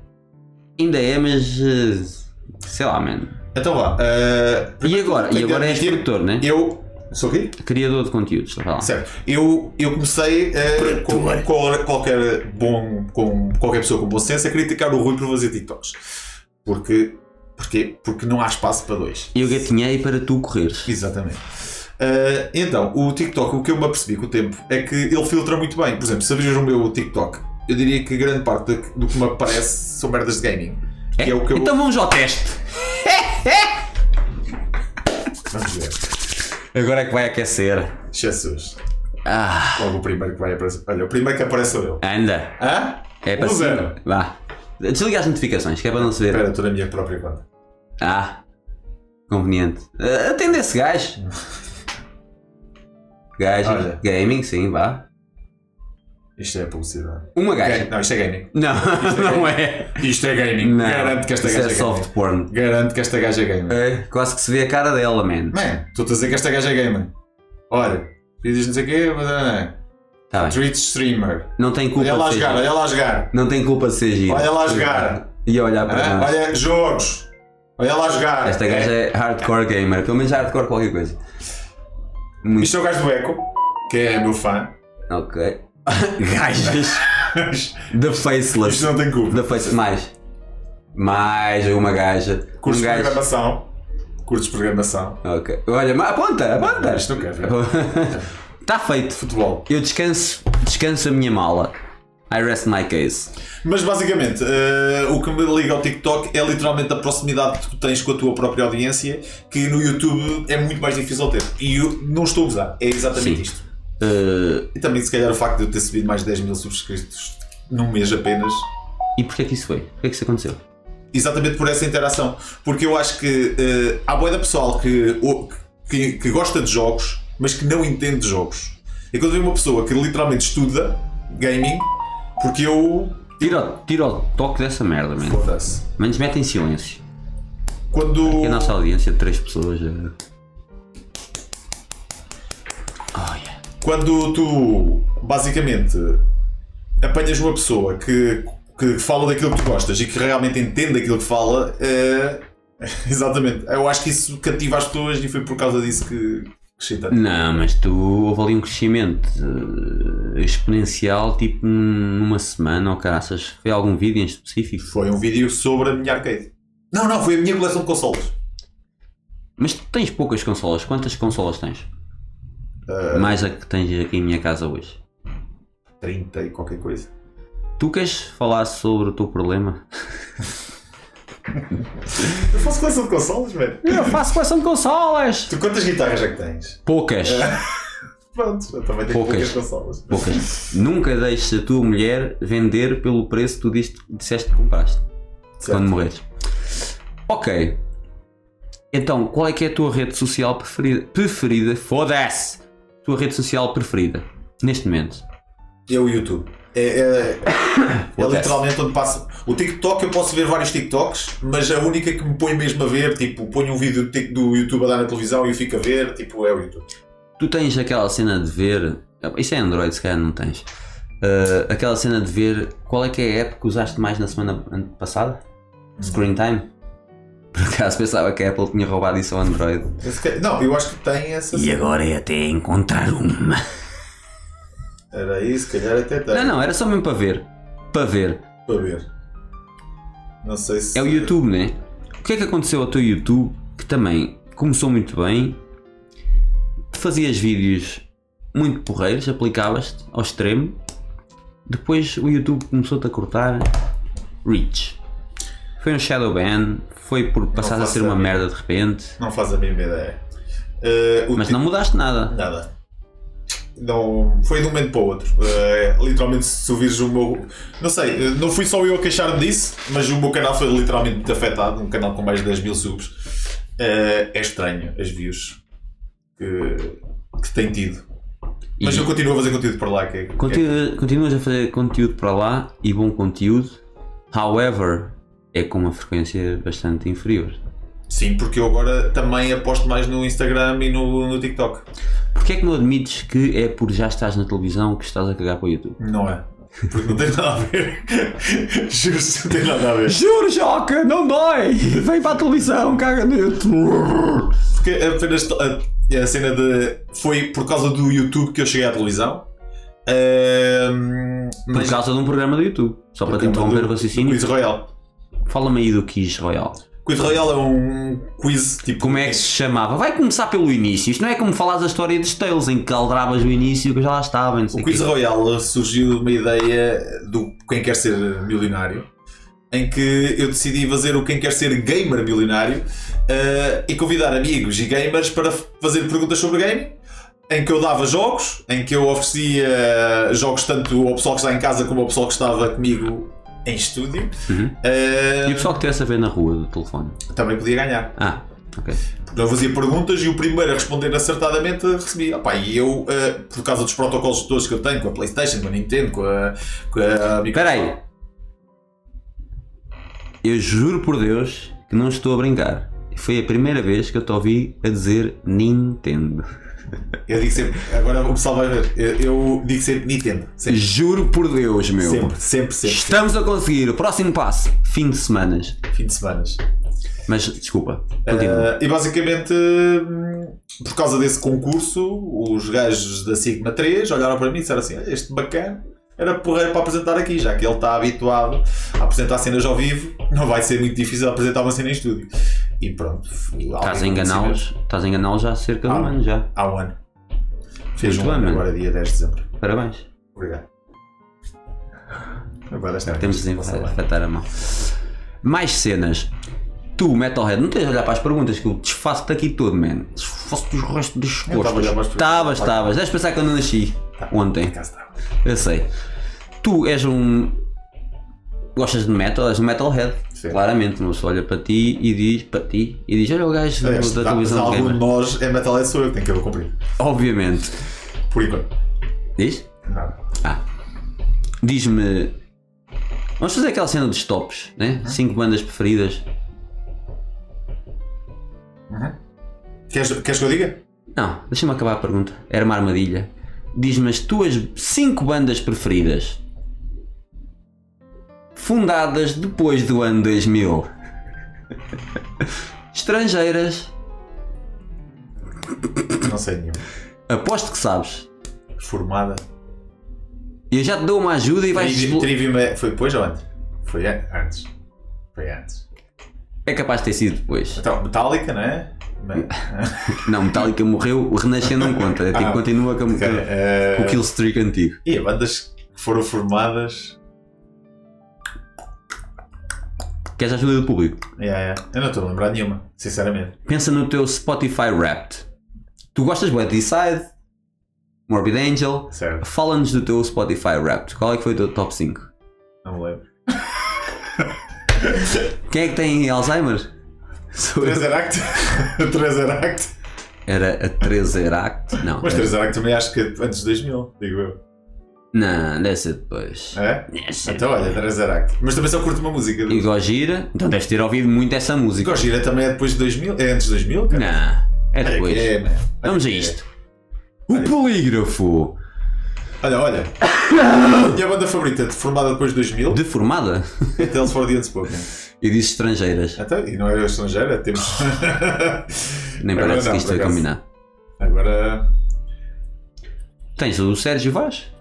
Speaker 1: Ainda é, mas eh, sei lá, mano.
Speaker 2: Então vá. eh,
Speaker 1: E agora? E
Speaker 2: tenho de
Speaker 1: agora és
Speaker 2: admitir,
Speaker 1: produtor, né?
Speaker 2: Eu. Sou o quê?
Speaker 1: Criador de conteúdos, tá está a falar.
Speaker 2: Certo. Eu, eu comecei eh, com, com qualquer bom, com qualquer pessoa com bom senso a criticar o Rui por fazer TikToks. Porque, porque, porque não há espaço para dois.
Speaker 1: Eu gatinhei para tu correres.
Speaker 2: Exatamente. Ah, então, o TikTok, o que eu me apercebi com o tempo é que ele filtra muito bem. Por exemplo, se abrir o meu TikTok, eu diria que grande parte do que- do que me aparece são merdas de gaming. Que é o que eu.
Speaker 1: Então vamos ao teste.
Speaker 2: Vamos ver.
Speaker 1: Agora é que vai aquecer.
Speaker 2: Jesus.
Speaker 1: Ah,
Speaker 2: Logo o primeiro que vai aparecer. Olha, o primeiro que aparece sou eu.
Speaker 1: anda.
Speaker 2: Hã?
Speaker 1: É para
Speaker 2: Um
Speaker 1: cima.
Speaker 2: zero.
Speaker 1: Vá. Desliga as notificações, que é para não se ver.
Speaker 2: Espera, estou na minha própria conta.
Speaker 1: Ah, conveniente. Ah, atende esse gajo. Gajo,
Speaker 2: Olha.
Speaker 1: gaming, sim, vá.
Speaker 2: Isto é publicidade.
Speaker 1: Uma gaja.
Speaker 2: Ga- Não, isto é gaming.
Speaker 1: Não, não é.
Speaker 2: Isto é gaming.
Speaker 1: Não.
Speaker 2: Garanto que esta
Speaker 1: Isso
Speaker 2: gaja
Speaker 1: é
Speaker 2: é, gaming.
Speaker 1: soft porn.
Speaker 2: Garanto que esta gaja é gamer.
Speaker 1: É, quase que se vê a cara dela, man.
Speaker 2: Man, estou a dizer que esta gaja é gamer. Olha, dizes não sei o quê, mas ah,
Speaker 1: Tá bem.
Speaker 2: Twitch streamer.
Speaker 1: Não tem culpa
Speaker 2: Olha lá
Speaker 1: de ser
Speaker 2: jogar,
Speaker 1: giro.
Speaker 2: olha lá jogar.
Speaker 1: Não tem culpa de ser giro.
Speaker 2: Olha lá jogar.
Speaker 1: E olhar para
Speaker 2: Hã?
Speaker 1: nós.
Speaker 2: Olha, jogos. Olha lá jogar.
Speaker 1: Esta gaja é hardcore gamer, pelo menos hardcore qualquer coisa. Muito.
Speaker 2: Isto é o gajo do Echo, que é meu fã.
Speaker 1: Ok. Gajas. The Faceless.
Speaker 2: Isto não tem culpa.
Speaker 1: The Faceless. Mais. Mais uma gaja.
Speaker 2: Cursos
Speaker 1: um
Speaker 2: de
Speaker 1: gajo.
Speaker 2: programação. Cursos de programação.
Speaker 1: Ok. Olha, ma- aponta, aponta.
Speaker 2: Isto é um não quer ver.
Speaker 1: Está feito.
Speaker 2: Futebol.
Speaker 1: Eu descanso, descanso a minha mala. I rest my case.
Speaker 2: Mas basicamente, eh, o que me liga ao TikTok é literalmente a proximidade que tu tens com a tua própria audiência, que no YouTube é muito mais difícil ter. E eu não estou a usar, é exatamente
Speaker 1: Sim.
Speaker 2: isto.
Speaker 1: Uh,
Speaker 2: E também, se calhar, o facto de eu ter subido mais de 10 mil subscritos num mês apenas,
Speaker 1: e porquê que isso foi? Porquê que isso aconteceu?
Speaker 2: exatamente por essa interação. Porque eu acho que eh, há boa da pessoal que, ou- que, que gosta de jogos, mas que não entende de jogos. E quando vem uma pessoa que literalmente estuda gaming, porque eu.
Speaker 1: Tira, o- tira o toque dessa merda, mano.
Speaker 2: Foda-se.
Speaker 1: Menos mete em silêncio.
Speaker 2: Quando.
Speaker 1: E a nossa audiência de 3 pessoas. uh, Oh, yeah.
Speaker 2: quando tu basicamente apanhas uma pessoa que, que fala daquilo que tu gostas e que realmente entende aquilo que fala, eh, exatamente. Eu acho que isso cativa as pessoas e foi por causa disso que cresci tanto.
Speaker 1: Não, mas tu houve ali um crescimento uh, exponencial, tipo num- numa semana ou caraças. Foi algum vídeo em específico?
Speaker 2: Foi um vídeo sobre a minha arcade. Não, não, foi a minha coleção de consoles.
Speaker 1: Mas tu tens poucas consolas. Quantas consolas tens?
Speaker 2: Eh.
Speaker 1: Mais a que tens aqui em minha casa hoje.
Speaker 2: 30 e qualquer coisa.
Speaker 1: Tu queres falar sobre o teu problema?
Speaker 2: Eu faço coleção de consoles, velho.
Speaker 1: Eu faço coleção de consolas!
Speaker 2: Tu quantas guitarras é que tens?
Speaker 1: Poucas!
Speaker 2: Pronto, eu também tenho poucas,
Speaker 1: Poucas.
Speaker 2: consolas.
Speaker 1: Poucas. Nunca deixes a tua mulher vender pelo preço que tu diste- disseste que compraste
Speaker 2: Certo.
Speaker 1: quando morreres. Ok. Então, qual é que é a tua rede social preferida? Preferida? Foda-se! Tua rede social preferida? Neste momento.
Speaker 2: É o YouTube. É, é- é
Speaker 1: Acontece.
Speaker 2: literalmente onde passa. O TikTok eu posso ver vários TikToks, mas a única que me põe mesmo a ver, tipo, ponho um vídeo do Tik- do YouTube a dar na televisão e eu fico a ver, tipo, é o YouTube.
Speaker 1: Tu tens aquela cena de ver. Isso é Android, se calhar não tens. Uh, aquela cena de ver qual é que é a app que usaste mais na semana an- passada? Screen Time? Por acaso pensava que a Apple tinha roubado isso ao Android.
Speaker 2: Eu fiquei- Não, eu acho que tem essa.
Speaker 1: E agora é até encontrar uma.
Speaker 2: Era aí, se calhar até tem.
Speaker 1: Não, não, era só mesmo para ver. Para ver.
Speaker 2: Para ver. Não sei se.
Speaker 1: É o YouTube, né? O que é que aconteceu ao teu YouTube que também começou muito bem? Fazias vídeos muito porreiros, aplicavas-te ao extremo. Depois o YouTube começou-te a cortar reach. Foi um shadow ban, foi por passar a
Speaker 2: faço
Speaker 1: ser uma
Speaker 2: ideia.
Speaker 1: merda de repente,
Speaker 2: Não faz a mínima ideia. Eh, o
Speaker 1: mas
Speaker 2: Tik-
Speaker 1: não mudaste nada.
Speaker 2: Nada. Não, foi de um momento para o outro. Eh, literalmente, se tu vires o meu. Não sei, eh, não fui só eu a queixar-me disso, mas o meu canal foi literalmente muito afetado. Um canal com mais de 10 mil subs. Eh, é estranho as views que, que tem tido.
Speaker 1: E
Speaker 2: Mas eu continuo a fazer conteúdo para lá. Que, é- que é-
Speaker 1: continu- continuas a fazer conteúdo para lá e bom conteúdo, however, é com uma frequência bastante inferior.
Speaker 2: Sim, porque eu agora também aposto mais no Instagram e no, no TikTok.
Speaker 1: Porquê é que não admites que é por já estás na televisão que estás a cagar para o YouTube?
Speaker 2: Não é? Porque não tem nada a ver. Juro-se, não tem nada a ver.
Speaker 1: Juro, Joca, não dói! Vem para a televisão, caga no YouTube!
Speaker 2: Porque apenas to- a, a cena de. Foi por causa do YouTube que eu cheguei à televisão. Ahm,
Speaker 1: Por
Speaker 2: mas
Speaker 1: causa de um programa do YouTube. Só para te interromper o raciocínio,
Speaker 2: Quiz Royal.
Speaker 1: fala-me aí do Kiss Royal.
Speaker 2: Quiz Royal é um quiz tipo.
Speaker 1: Como é que se chamava? Vai começar pelo início. Isto não é como falas a história dos Tales, em que caldravas o início que eu já lá estava, e não sei
Speaker 2: O
Speaker 1: o quê.
Speaker 2: Quiz Royal surgiu de uma ideia do Quem Quer Ser Milionário, em que eu decidi fazer o Quem Quer Ser Gamer Milionário eh, e convidar amigos e gamers para f- fazer perguntas sobre game, em que eu dava jogos, em que eu oferecia jogos tanto ao pessoal que está em casa como ao pessoal que estava comigo em estúdio.
Speaker 1: Uhum.
Speaker 2: Eh,
Speaker 1: E o pessoal que estivesse a ver na rua do telefone?
Speaker 2: Também podia ganhar.
Speaker 1: Ah, ok.
Speaker 2: Porque Então eu fazia perguntas e o primeiro a responder acertadamente recebia. Opá, e eu, eh, por causa dos protocolos todos que eu tenho, com a Playstation, com a Nintendo, com a, com a Microsoft,
Speaker 1: Espera aí. Eu juro por Deus que não estou a brincar. Foi a primeira vez que eu te ouvi a dizer Nintendo.
Speaker 2: Eu digo sempre, agora o pessoal vai ver, eu, eu digo sempre Nintendo. Sempre,
Speaker 1: Juro por Deus, meu.
Speaker 2: sempre, sempre, sempre.
Speaker 1: Estamos a conseguir. O próximo passo: fim de semanas.
Speaker 2: Fim de semanas.
Speaker 1: Mas desculpa, continua.
Speaker 2: Eh, e basicamente, hum, por causa desse concurso, os gajos da Sigma 3 olharam para mim e disseram assim: "Olha, Este bacana era porreiro para apresentar aqui, já que ele está habituado a apresentar cenas ao vivo, não vai ser muito difícil apresentar uma cena em estúdio. E pronto, fui lá
Speaker 1: Estás a
Speaker 2: alguém
Speaker 1: enganá-los estás a enganá-los já há cerca de um
Speaker 2: Ah.
Speaker 1: ano já.
Speaker 2: Há um ano. Fez
Speaker 1: Muito
Speaker 2: um
Speaker 1: bem,
Speaker 2: ano,
Speaker 1: mano.
Speaker 2: agora dia 10 de dezembro.
Speaker 1: Parabéns.
Speaker 2: Obrigado. Agora está bem.
Speaker 1: Temos de
Speaker 2: Passa bem.
Speaker 1: afetar a mão. Mais cenas. Tu, Metalhead, não tens de olhar para as perguntas que eu desfaço-te aqui todo, man. Desfaço-te os restos dos
Speaker 2: Eu estava a olhar para as
Speaker 1: postos. Estavas,
Speaker 2: perguntas. Tá.
Speaker 1: estavas. Deves pensar que eu não nasci ontem.
Speaker 2: Cá está.
Speaker 1: Eu sei. Tu és um. Gostas de metal, és um metalhead.
Speaker 2: Sim.
Speaker 1: Claramente, uma pessoa olha para ti e diz para ti e diz: Olha o gajo
Speaker 2: Aliás,
Speaker 1: da
Speaker 2: se há- se há
Speaker 1: televisão de
Speaker 2: algum de
Speaker 1: gamer.
Speaker 2: nós é metal, é sou eu que tenho que eu cumprir.
Speaker 1: Obviamente.
Speaker 2: Por enquanto.
Speaker 1: Diz?
Speaker 2: Nada.
Speaker 1: Diz-me. Vamos fazer aquela cena dos tops, né? Cinco bandas preferidas.
Speaker 2: Queres, queres que eu diga?
Speaker 1: Não, deixa-me acabar a pergunta. Era uma armadilha. Diz-me as tuas 5 bandas preferidas fundadas depois do ano 2000. Estrangeiras.
Speaker 2: Não sei nenhum.
Speaker 1: Aposto que sabes.
Speaker 2: Formada.
Speaker 1: E eu já te dou uma ajuda e vais.
Speaker 2: Trivi-
Speaker 1: desblo-
Speaker 2: Trivium é- foi depois ou antes? Foi an- antes. Foi antes.
Speaker 1: É capaz de ter sido depois.
Speaker 2: Então, Metallica, não é? Me-
Speaker 1: Não, Metallica morreu, o Renascer não conta. É tipo,
Speaker 2: Ah,
Speaker 1: continua com,
Speaker 2: Ok,
Speaker 1: com
Speaker 2: eh,
Speaker 1: o Killstreak antigo.
Speaker 2: E a bandas que foram formadas.
Speaker 1: Queres a ajuda do público?
Speaker 2: Yeah, yeah. Eu não estou a lembrar nenhuma, sinceramente.
Speaker 1: Pensa no teu Spotify Wrapped. Tu gostas de Decide, Morbid Angel,
Speaker 2: Certo,
Speaker 1: Fala-nos do teu Spotify Wrapped. Qual é que foi o teu top 5?
Speaker 2: não me lembro.
Speaker 1: Quem é que tem Alzheimer? Sou eu.
Speaker 2: Trezeract? Trezeract?
Speaker 1: Era a 3 Eract? Não.
Speaker 2: Mas
Speaker 1: era-
Speaker 2: Trezeract também acho que é antes de 2000, digo eu.
Speaker 1: Não, deve ser depois.
Speaker 2: É?
Speaker 1: Deve ser.
Speaker 2: Então olha, Trezeract. Mas também só curto uma música.
Speaker 1: E Gojira? Então deves ter ouvido muito essa música.
Speaker 2: Gojira também é depois de 2000? É antes de 2000? cara?
Speaker 1: Não, é
Speaker 2: Olha que
Speaker 1: depois.
Speaker 2: é, man. Olha
Speaker 1: Vamos a
Speaker 2: que é.
Speaker 1: isto. O polígrafo
Speaker 2: Olha, olha. Minha banda favorita, de- formada depois de 2000,
Speaker 1: deformada
Speaker 2: é Tales for the Unspoken.
Speaker 1: e disse estrangeiras.
Speaker 2: Então, e não era estrangeira, temos.
Speaker 1: Nem
Speaker 2: Agora
Speaker 1: parece
Speaker 2: não,
Speaker 1: que isto é vai
Speaker 2: por acaso.
Speaker 1: combinar.
Speaker 2: Agora.
Speaker 1: Tens o Sérgio Vaz,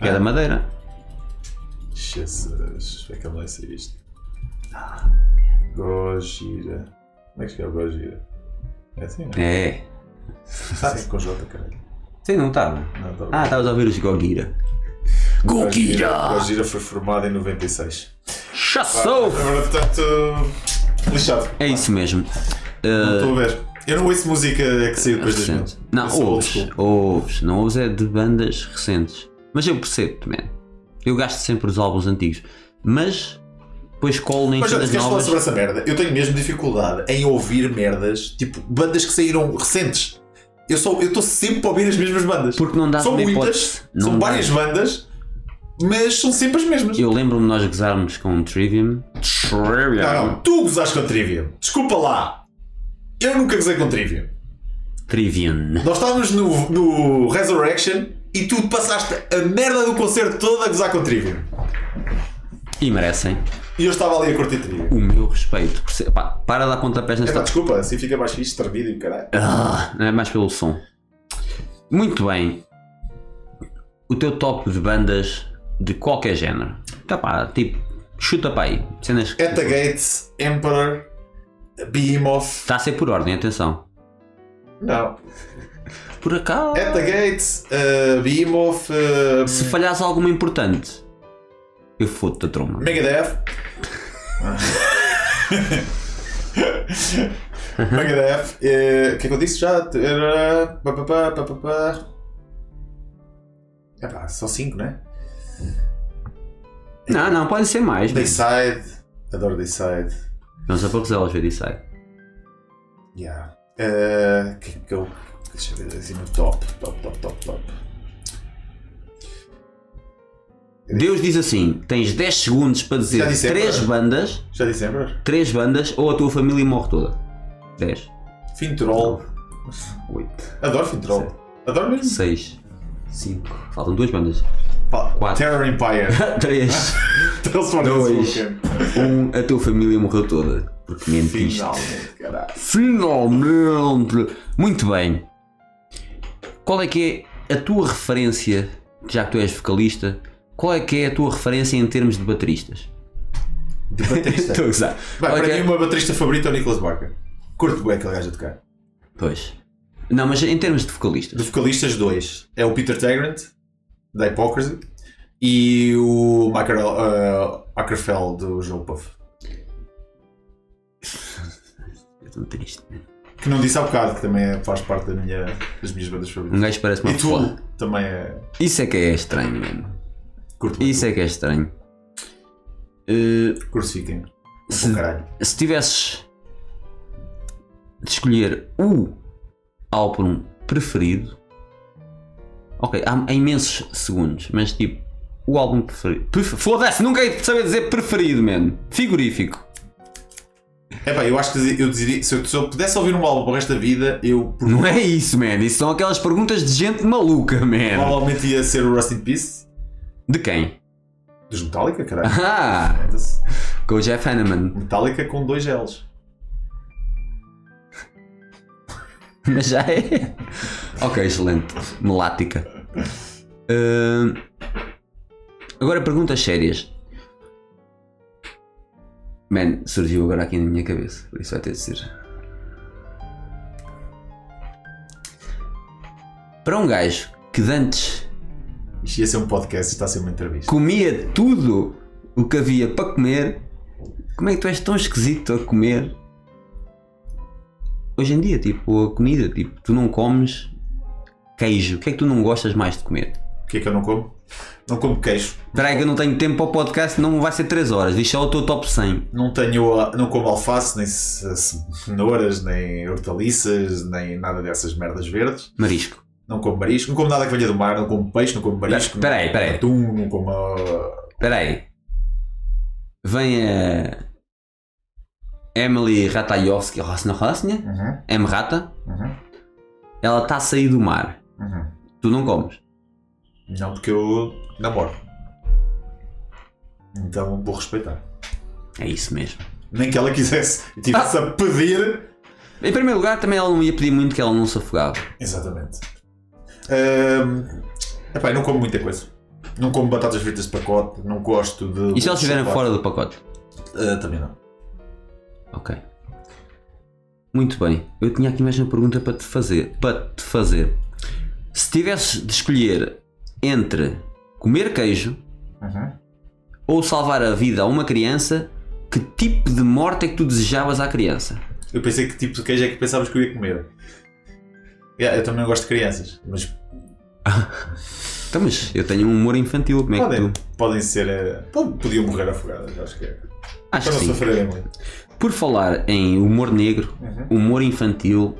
Speaker 1: que é
Speaker 2: Ah.
Speaker 1: da Madeira.
Speaker 2: Jesus, como é que eu não sei isto? Gojira. Como é que é o Gojira? É assim, não é?
Speaker 1: É.
Speaker 2: Ah, é com J, caralho.
Speaker 1: Sim, não estava.
Speaker 2: Não, tá bem.
Speaker 1: Ah, estavas a ouvir os Gojira. Gojira!
Speaker 2: Gojira foi formada em 96.
Speaker 1: Chassou!
Speaker 2: Ah, Agora, portanto. Lixado.
Speaker 1: É isso mesmo.
Speaker 2: Não estou a ver. Eu não ouço música é que saiu depois de 2000.
Speaker 1: Recente. Não,
Speaker 2: Eu sou old
Speaker 1: ouves,
Speaker 2: school.
Speaker 1: ouves. Não ouves é de bandas recentes. Mas eu percebo-te, man. Eu gasto sempre os álbuns antigos. Mas depois colo nem
Speaker 2: Mas já
Speaker 1: cenas
Speaker 2: queres falar
Speaker 1: novas.
Speaker 2: sobre essa merda? Eu tenho mesmo dificuldade em ouvir merdas, tipo, bandas que saíram recentes. Eu só eu estou sempre a ouvir as mesmas bandas.
Speaker 1: Porque não dá
Speaker 2: são
Speaker 1: uma
Speaker 2: muitas,
Speaker 1: hipótese. Não
Speaker 2: são
Speaker 1: dá.
Speaker 2: várias bandas, mas são sempre as mesmas.
Speaker 1: Eu lembro-me de nós gozarmos com o Trivium.
Speaker 2: Não,
Speaker 1: Trivium.
Speaker 2: não, tu gozaste com Trivium. Desculpa lá. Eu nunca gozei com Trivium.
Speaker 1: Trivium.
Speaker 2: Nós estávamos no, no Resurrection e tu passaste a merda do concerto todo a gozar com Trivium.
Speaker 1: E merecem
Speaker 2: E eu estava ali a curtir Trivium.
Speaker 1: o meu respeito. Perce- Pá, para dar pontapés
Speaker 2: É,
Speaker 1: nesta
Speaker 2: pá, desculpa, assim fica mais fixe, tremido e o caralho.
Speaker 1: Ah, não é mais pelo som. Muito bem. O teu top de bandas de qualquer género. Tá pá, tipo, chuta para aí. Cenas
Speaker 2: At the Gates, Emperor, Behemoth.
Speaker 1: Está a ser por ordem, atenção.
Speaker 2: Não.
Speaker 1: Por acaso,
Speaker 2: At the Gates, uh, Behemoth, uh,
Speaker 1: se falhares alguma importante, eu foto-te a tromba.
Speaker 2: Megadeth. Megadeth. eh, O que é que eu disse já? Era. pá, pá, pá, pá, pá, pá. Epá, só 5, né?
Speaker 1: Não, não, pode ser mais. mas-
Speaker 2: Dayside. Adoro Dayside.
Speaker 1: Vamos a poucos elas ver isso aí.
Speaker 2: Yeah. Eh, O que é que eu. Deixa eu ver assim no top. Top, top, top, top.
Speaker 1: Deus diz assim: tens 10 segundos para dizer
Speaker 2: Já disse, é
Speaker 1: 3
Speaker 2: para-
Speaker 1: bandas,
Speaker 2: Já disse Emperor?
Speaker 1: 3 bandas ou a tua família morre toda. 10,
Speaker 2: Fintroll.
Speaker 1: 8,
Speaker 2: Adoro Fintroll. Adoro mesmo.
Speaker 1: 6, 5. Faltam duas bandas.
Speaker 2: Pá,
Speaker 1: Quatro.
Speaker 2: Terror Empire.
Speaker 1: 3,
Speaker 2: Transformers
Speaker 1: Dois.
Speaker 2: Vulcan.
Speaker 1: 1. A tua Um, família morreu toda. Porque mentiste.
Speaker 2: Finalmente, caralho.
Speaker 1: Finalmente! Muito bem. Qual é que é a tua referência, já que tu és vocalista, qual é que é a tua referência em termos de bateristas?
Speaker 2: De baterista.
Speaker 1: Estou a gozar.
Speaker 2: Vai,
Speaker 1: Qual é
Speaker 2: para
Speaker 1: que
Speaker 2: mim,
Speaker 1: é-
Speaker 2: o meu baterista favorito é o Nicholas Barker. Curto bem aquele gajo a tocar.
Speaker 1: Pois. Não, mas em termos de
Speaker 2: Dos
Speaker 1: vocalistas.
Speaker 2: vocalistas, dois. É o Peter Tagrant, da Hypocrisy, e o Michael uh, Ackerfell, do Joe Puff.
Speaker 1: É tão triste.
Speaker 2: Que não disse há bocado, que também é- faz parte da minha, das minhas bandas
Speaker 1: Um
Speaker 2: favoritas.
Speaker 1: gajo parece uma
Speaker 2: E tu
Speaker 1: pessoa.
Speaker 2: também é.
Speaker 1: Isso é que é estranho, mano.
Speaker 2: Curto bem.
Speaker 1: Isso é que é estranho. Eh,
Speaker 2: Crucifiquem.
Speaker 1: se,
Speaker 2: Oh, caralho.
Speaker 1: se tivesses de escolher o álbum preferido, ok, há, há imensos segundos, mas tipo, o álbum preferido. Pref- Foda-se, nunca ia saber dizer preferido, mano. Figurífico.
Speaker 2: É pá, eu acho que eu diria. Se eu, se eu pudesse ouvir um álbum para o resto da vida, eu por-
Speaker 1: Não é isso, man. Isso são aquelas perguntas de gente maluca, man.
Speaker 2: provavelmente ia ser o Rust in Peace,
Speaker 1: De quem?
Speaker 2: dos Metallica, caralho.
Speaker 1: Ah,
Speaker 2: Foda-se.
Speaker 1: com o Jeff Hanneman.
Speaker 2: Metallica com dois L's.
Speaker 1: Mas já é. ok, excelente. Melática. Ahn, agora perguntas sérias. Man, surgiu agora aqui na minha cabeça, por isso vai ter de ser. Para um gajo que de antes
Speaker 2: Isto ia ser um podcast, isto está a ser uma entrevista.
Speaker 1: comia tudo o que havia para comer, como é que tu és tão esquisito a comer? Hoje em dia, tipo, a comida, tipo, tu não comes queijo, o que é que tu não gostas mais de comer?
Speaker 2: O que é que eu não como? Não como queijo.
Speaker 1: Espera aí que eu não tenho tempo para o podcast, não vai ser 3 horas, deixa o teu top 100.
Speaker 2: Não tenho, a- não como alface, nem ce- cenouras, nem hortaliças, nem nada dessas merdas verdes.
Speaker 1: Marisco.
Speaker 2: Não como marisco, não como nada que venha do mar, não como peixe, não como marisco,
Speaker 1: Espera aí,
Speaker 2: não
Speaker 1: espera
Speaker 2: como
Speaker 1: aí.
Speaker 2: atum, não como ah,
Speaker 1: Espera aí. Vem a Emily Ratayovsky, Rosna Rosna,
Speaker 2: uhum,
Speaker 1: M. Rata,
Speaker 2: uhum,
Speaker 1: ela está a sair do mar,
Speaker 2: uhum.
Speaker 1: tu não comes.
Speaker 2: Não, porque eu namoro. Então vou respeitar.
Speaker 1: É isso mesmo.
Speaker 2: Nem que ela quisesse e tivesse a pedir.
Speaker 1: Em primeiro lugar, também ela não ia pedir muito que ela não se afogava.
Speaker 2: Exatamente. Ahm, epá, eu não como muita coisa. Não como batatas fritas de pacote, não gosto de.
Speaker 1: E se elas estiverem
Speaker 2: chocolate.
Speaker 1: fora do pacote?
Speaker 2: Ah, também não.
Speaker 1: Ok. Muito bem. Eu tinha aqui mais uma pergunta para te fazer. Para te fazer. Se tivesses de escolher entre comer queijo
Speaker 2: Uhum.
Speaker 1: ou salvar a vida a uma criança, que tipo de morte é que tu desejavas à criança?
Speaker 2: Eu pensei que tipo de queijo é que pensavas que eu ia comer. Yeah, eu também não gosto de crianças, mas
Speaker 1: Então, mas eu tenho um humor infantil. Como é que
Speaker 2: podem, Então,
Speaker 1: tu.
Speaker 2: podem ser. eh, pod- podiam morrer afogadas, acho que é. Para
Speaker 1: Acho que
Speaker 2: não
Speaker 1: sim.
Speaker 2: sofrerem muito.
Speaker 1: Por falar em humor negro,
Speaker 2: Uhum.
Speaker 1: humor infantil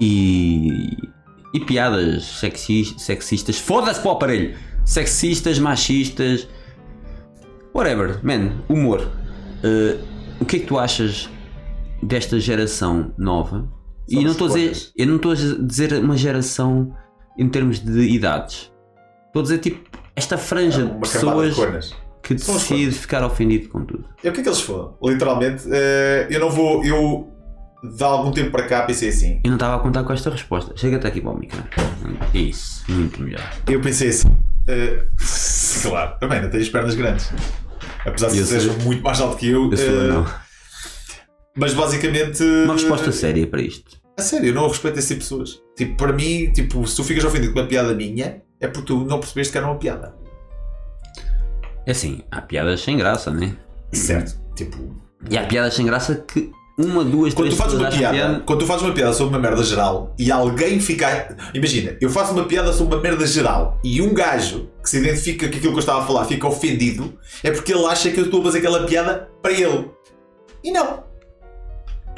Speaker 1: e, e piadas sexis- sexistas. Foda-se para o aparelho! Sexistas, machistas. Whatever, man, humor. Uh, o que é que tu achas desta geração nova?
Speaker 2: São
Speaker 1: E não estou a dizer,
Speaker 2: escolhas.
Speaker 1: eu não estou a dizer uma geração em termos de idades. Estou a dizer tipo esta franja de
Speaker 2: É Uma camada de
Speaker 1: pessoas
Speaker 2: cornas.
Speaker 1: que
Speaker 2: São as
Speaker 1: decide ficar ofendido com tudo.
Speaker 2: É o que é que eles foram? Literalmente, eh, eu não vou. Eu de algum tempo para cá pensei assim.
Speaker 1: Eu não estava a contar com esta resposta. Chega até aqui para o é? micro. Isso, muito melhor.
Speaker 2: Eu pensei assim. eh, claro, também não tenho as pernas grandes. Apesar de
Speaker 1: Eu
Speaker 2: seres
Speaker 1: sou-
Speaker 2: muito mais alto que eu.
Speaker 1: Eu sou
Speaker 2: eh,
Speaker 1: não.
Speaker 2: mas basicamente. eh,
Speaker 1: Uma resposta séria para isto.
Speaker 2: A sério, eu não respeito esse tipo de pessoas. Tipo, para mim, tipo, se tu ficas ofendido com uma piada minha, é porque tu não percebeste que era uma piada.
Speaker 1: É assim, há piadas sem graça, né?
Speaker 2: Certo? Tipo,
Speaker 1: E há piadas sem graça que uma, duas,
Speaker 2: quando
Speaker 1: três
Speaker 2: tu fazes
Speaker 1: pessoas
Speaker 2: uma
Speaker 1: acham é
Speaker 2: piada, quando tu fazes uma piada sobre uma merda geral e alguém fica. Imagina, eu faço uma piada sobre uma merda geral e um gajo que se identifica com aquilo que eu estava a falar fica ofendido, é porque ele acha que eu estou a fazer aquela piada para ele. E não.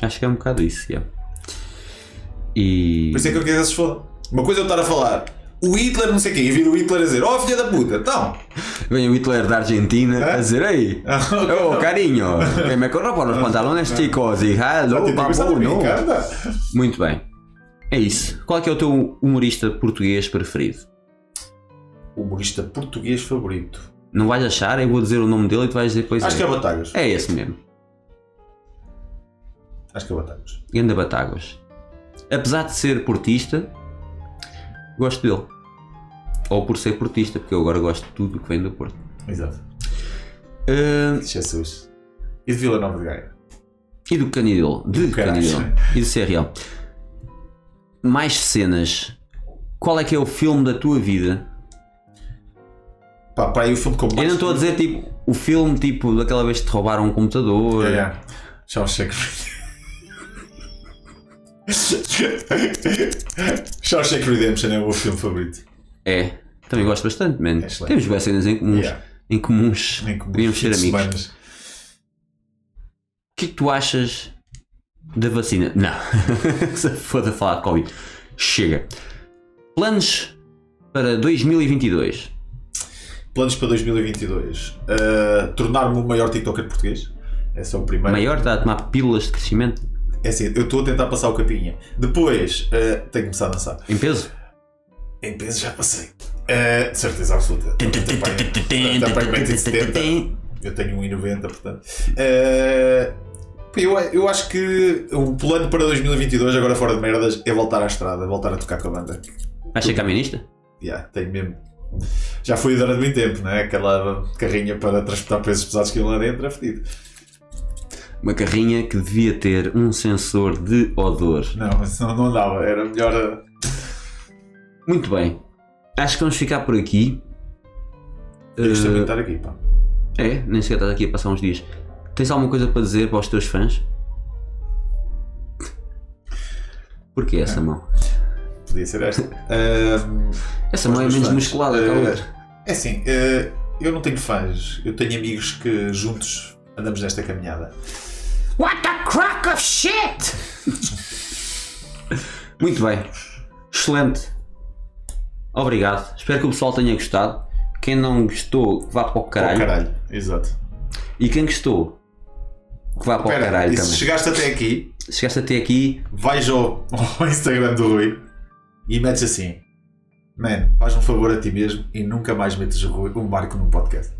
Speaker 1: Acho que é um bocado isso, yeah. E.
Speaker 2: Por isso é que eu quis se foda. Uma coisa é eu estar a falar. O Hitler não sei quem, e vir o Hitler a dizer, oh filha da puta, então.
Speaker 1: Vem o Hitler da Argentina a dizer aí. Oh, carinho, que me corro por los pantalones chicos e hello,
Speaker 2: Tipo, isso
Speaker 1: babu,
Speaker 2: também,
Speaker 1: não.
Speaker 2: cara.
Speaker 1: Muito bem. É isso. Qual é que é o teu humorista português preferido?
Speaker 2: Humorista português favorito. é
Speaker 1: Não vais achar, eu vou dizer o nome dele e tu vais dizer depois.
Speaker 2: Acho que é Batagas.
Speaker 1: É esse mesmo.
Speaker 2: Acho que é Batagos.
Speaker 1: Ganda Batáguas. Apesar de ser portista, gosto dele. Ou por ser portista, porque eu agora gosto de tudo que vem do Porto.
Speaker 2: Exato.
Speaker 1: Ah,
Speaker 2: Jesus. Hum, E de Vila Nova de Gaia.
Speaker 1: e do Canidol. De
Speaker 2: Caralho.
Speaker 1: Canidol. E do CRL. Mais cenas. Qual é que é o filme da tua vida?
Speaker 2: Pá, pá, e o filme com
Speaker 1: Eu não estou a dizer tipo o filme tipo daquela vez que te roubaram um computador.
Speaker 2: É, é. Shawshank Redemption. Shawshank Redemption é o meu filme favorito.
Speaker 1: É, também gosto bastante, man.
Speaker 2: excelente.
Speaker 1: Temos boas cenas em comuns.
Speaker 2: Yeah.
Speaker 1: Em comuns.
Speaker 2: Nem como
Speaker 1: Podíamos ser
Speaker 2: de
Speaker 1: amigos.
Speaker 2: semanas.
Speaker 1: O que é que tu achas da vacina? Não. Se foda falar de Covid. Chega. Planos para 2022.
Speaker 2: Planos para 2022. Uh, Tornar-me o maior TikToker português. Esse é o primeiro.
Speaker 1: Maior está a tomar pílulas de crescimento
Speaker 2: É assim, eu estou a tentar passar o capinha. Depois, uh, tenho que começar a dançar.
Speaker 1: em peso?
Speaker 2: Em peso já passei. Uh, de certeza absoluta. Até para aí 1,70. Eu tenho 1,90, portanto. Eh, eu, eu acho que o plano para 2022, agora fora de merdas, é voltar à estrada, voltar a tocar com a banda.
Speaker 1: Vais ser caminista?
Speaker 2: Yeah, tenho mesmo. Já foi durante muito tempo, né? Aquela carrinha para transportar pesos pesados que iam lá dentro é fedido.
Speaker 1: Uma carrinha que devia ter um sensor de odor.
Speaker 2: Não, mas senão não andava, era melhor. eh, a-
Speaker 1: Muito bem. Acho que vamos ficar por aqui. Eh,
Speaker 2: Eu gostei muito de estar aqui, pá.
Speaker 1: É, nem sequer estás aqui a passar uns dias. Tens alguma coisa para dizer para os teus fãs? Porquê essa mão?
Speaker 2: Podia ser esta. Ahm,
Speaker 1: Essa mão é
Speaker 2: Aos meus
Speaker 1: menos
Speaker 2: fãs.
Speaker 1: musculada que a
Speaker 2: Eh,
Speaker 1: outra.
Speaker 2: É assim, eh, eu não tenho fãs, eu tenho amigos que juntos andamos nesta caminhada. Oh,
Speaker 1: What a crack of shit! Muito bem. Excelente. Obrigado. Espero que o pessoal tenha gostado. Quem não gostou, que vá para o
Speaker 2: Para
Speaker 1: caralho.
Speaker 2: o caralho, exato.
Speaker 1: E quem gostou, que vá para o
Speaker 2: Espera,
Speaker 1: Oh, caralho
Speaker 2: e
Speaker 1: também.
Speaker 2: se chegaste até aqui,
Speaker 1: Chegaste até aqui,
Speaker 2: vais ao, ao Instagram do Rui e metes assim: Man, faz um favor a ti mesmo e nunca mais metes o Rui, um barco num podcast.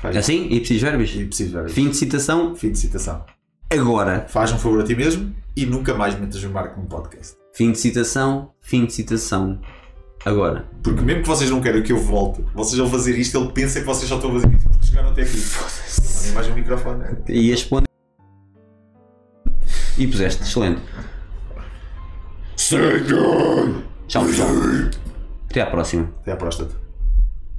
Speaker 2: Faz
Speaker 1: assim, e preciso verbos.
Speaker 2: E preciso ver.
Speaker 1: Fim de citação,
Speaker 2: Fim de citação.
Speaker 1: agora.
Speaker 2: Faz um favor a ti mesmo e nunca mais metas um barco num podcast.
Speaker 1: Fim de citação, fim de citação. Agora.
Speaker 2: Porque mesmo que vocês não queiram que eu volte, vocês vão fazer isto, ele pensa que vocês só estão a fazer isto porque chegaram até aqui. Mandem mais um microfone. né?
Speaker 1: E este ponto. E puseste, excelente. Tchau, pessoal. Até à próxima.
Speaker 2: Até à próstata.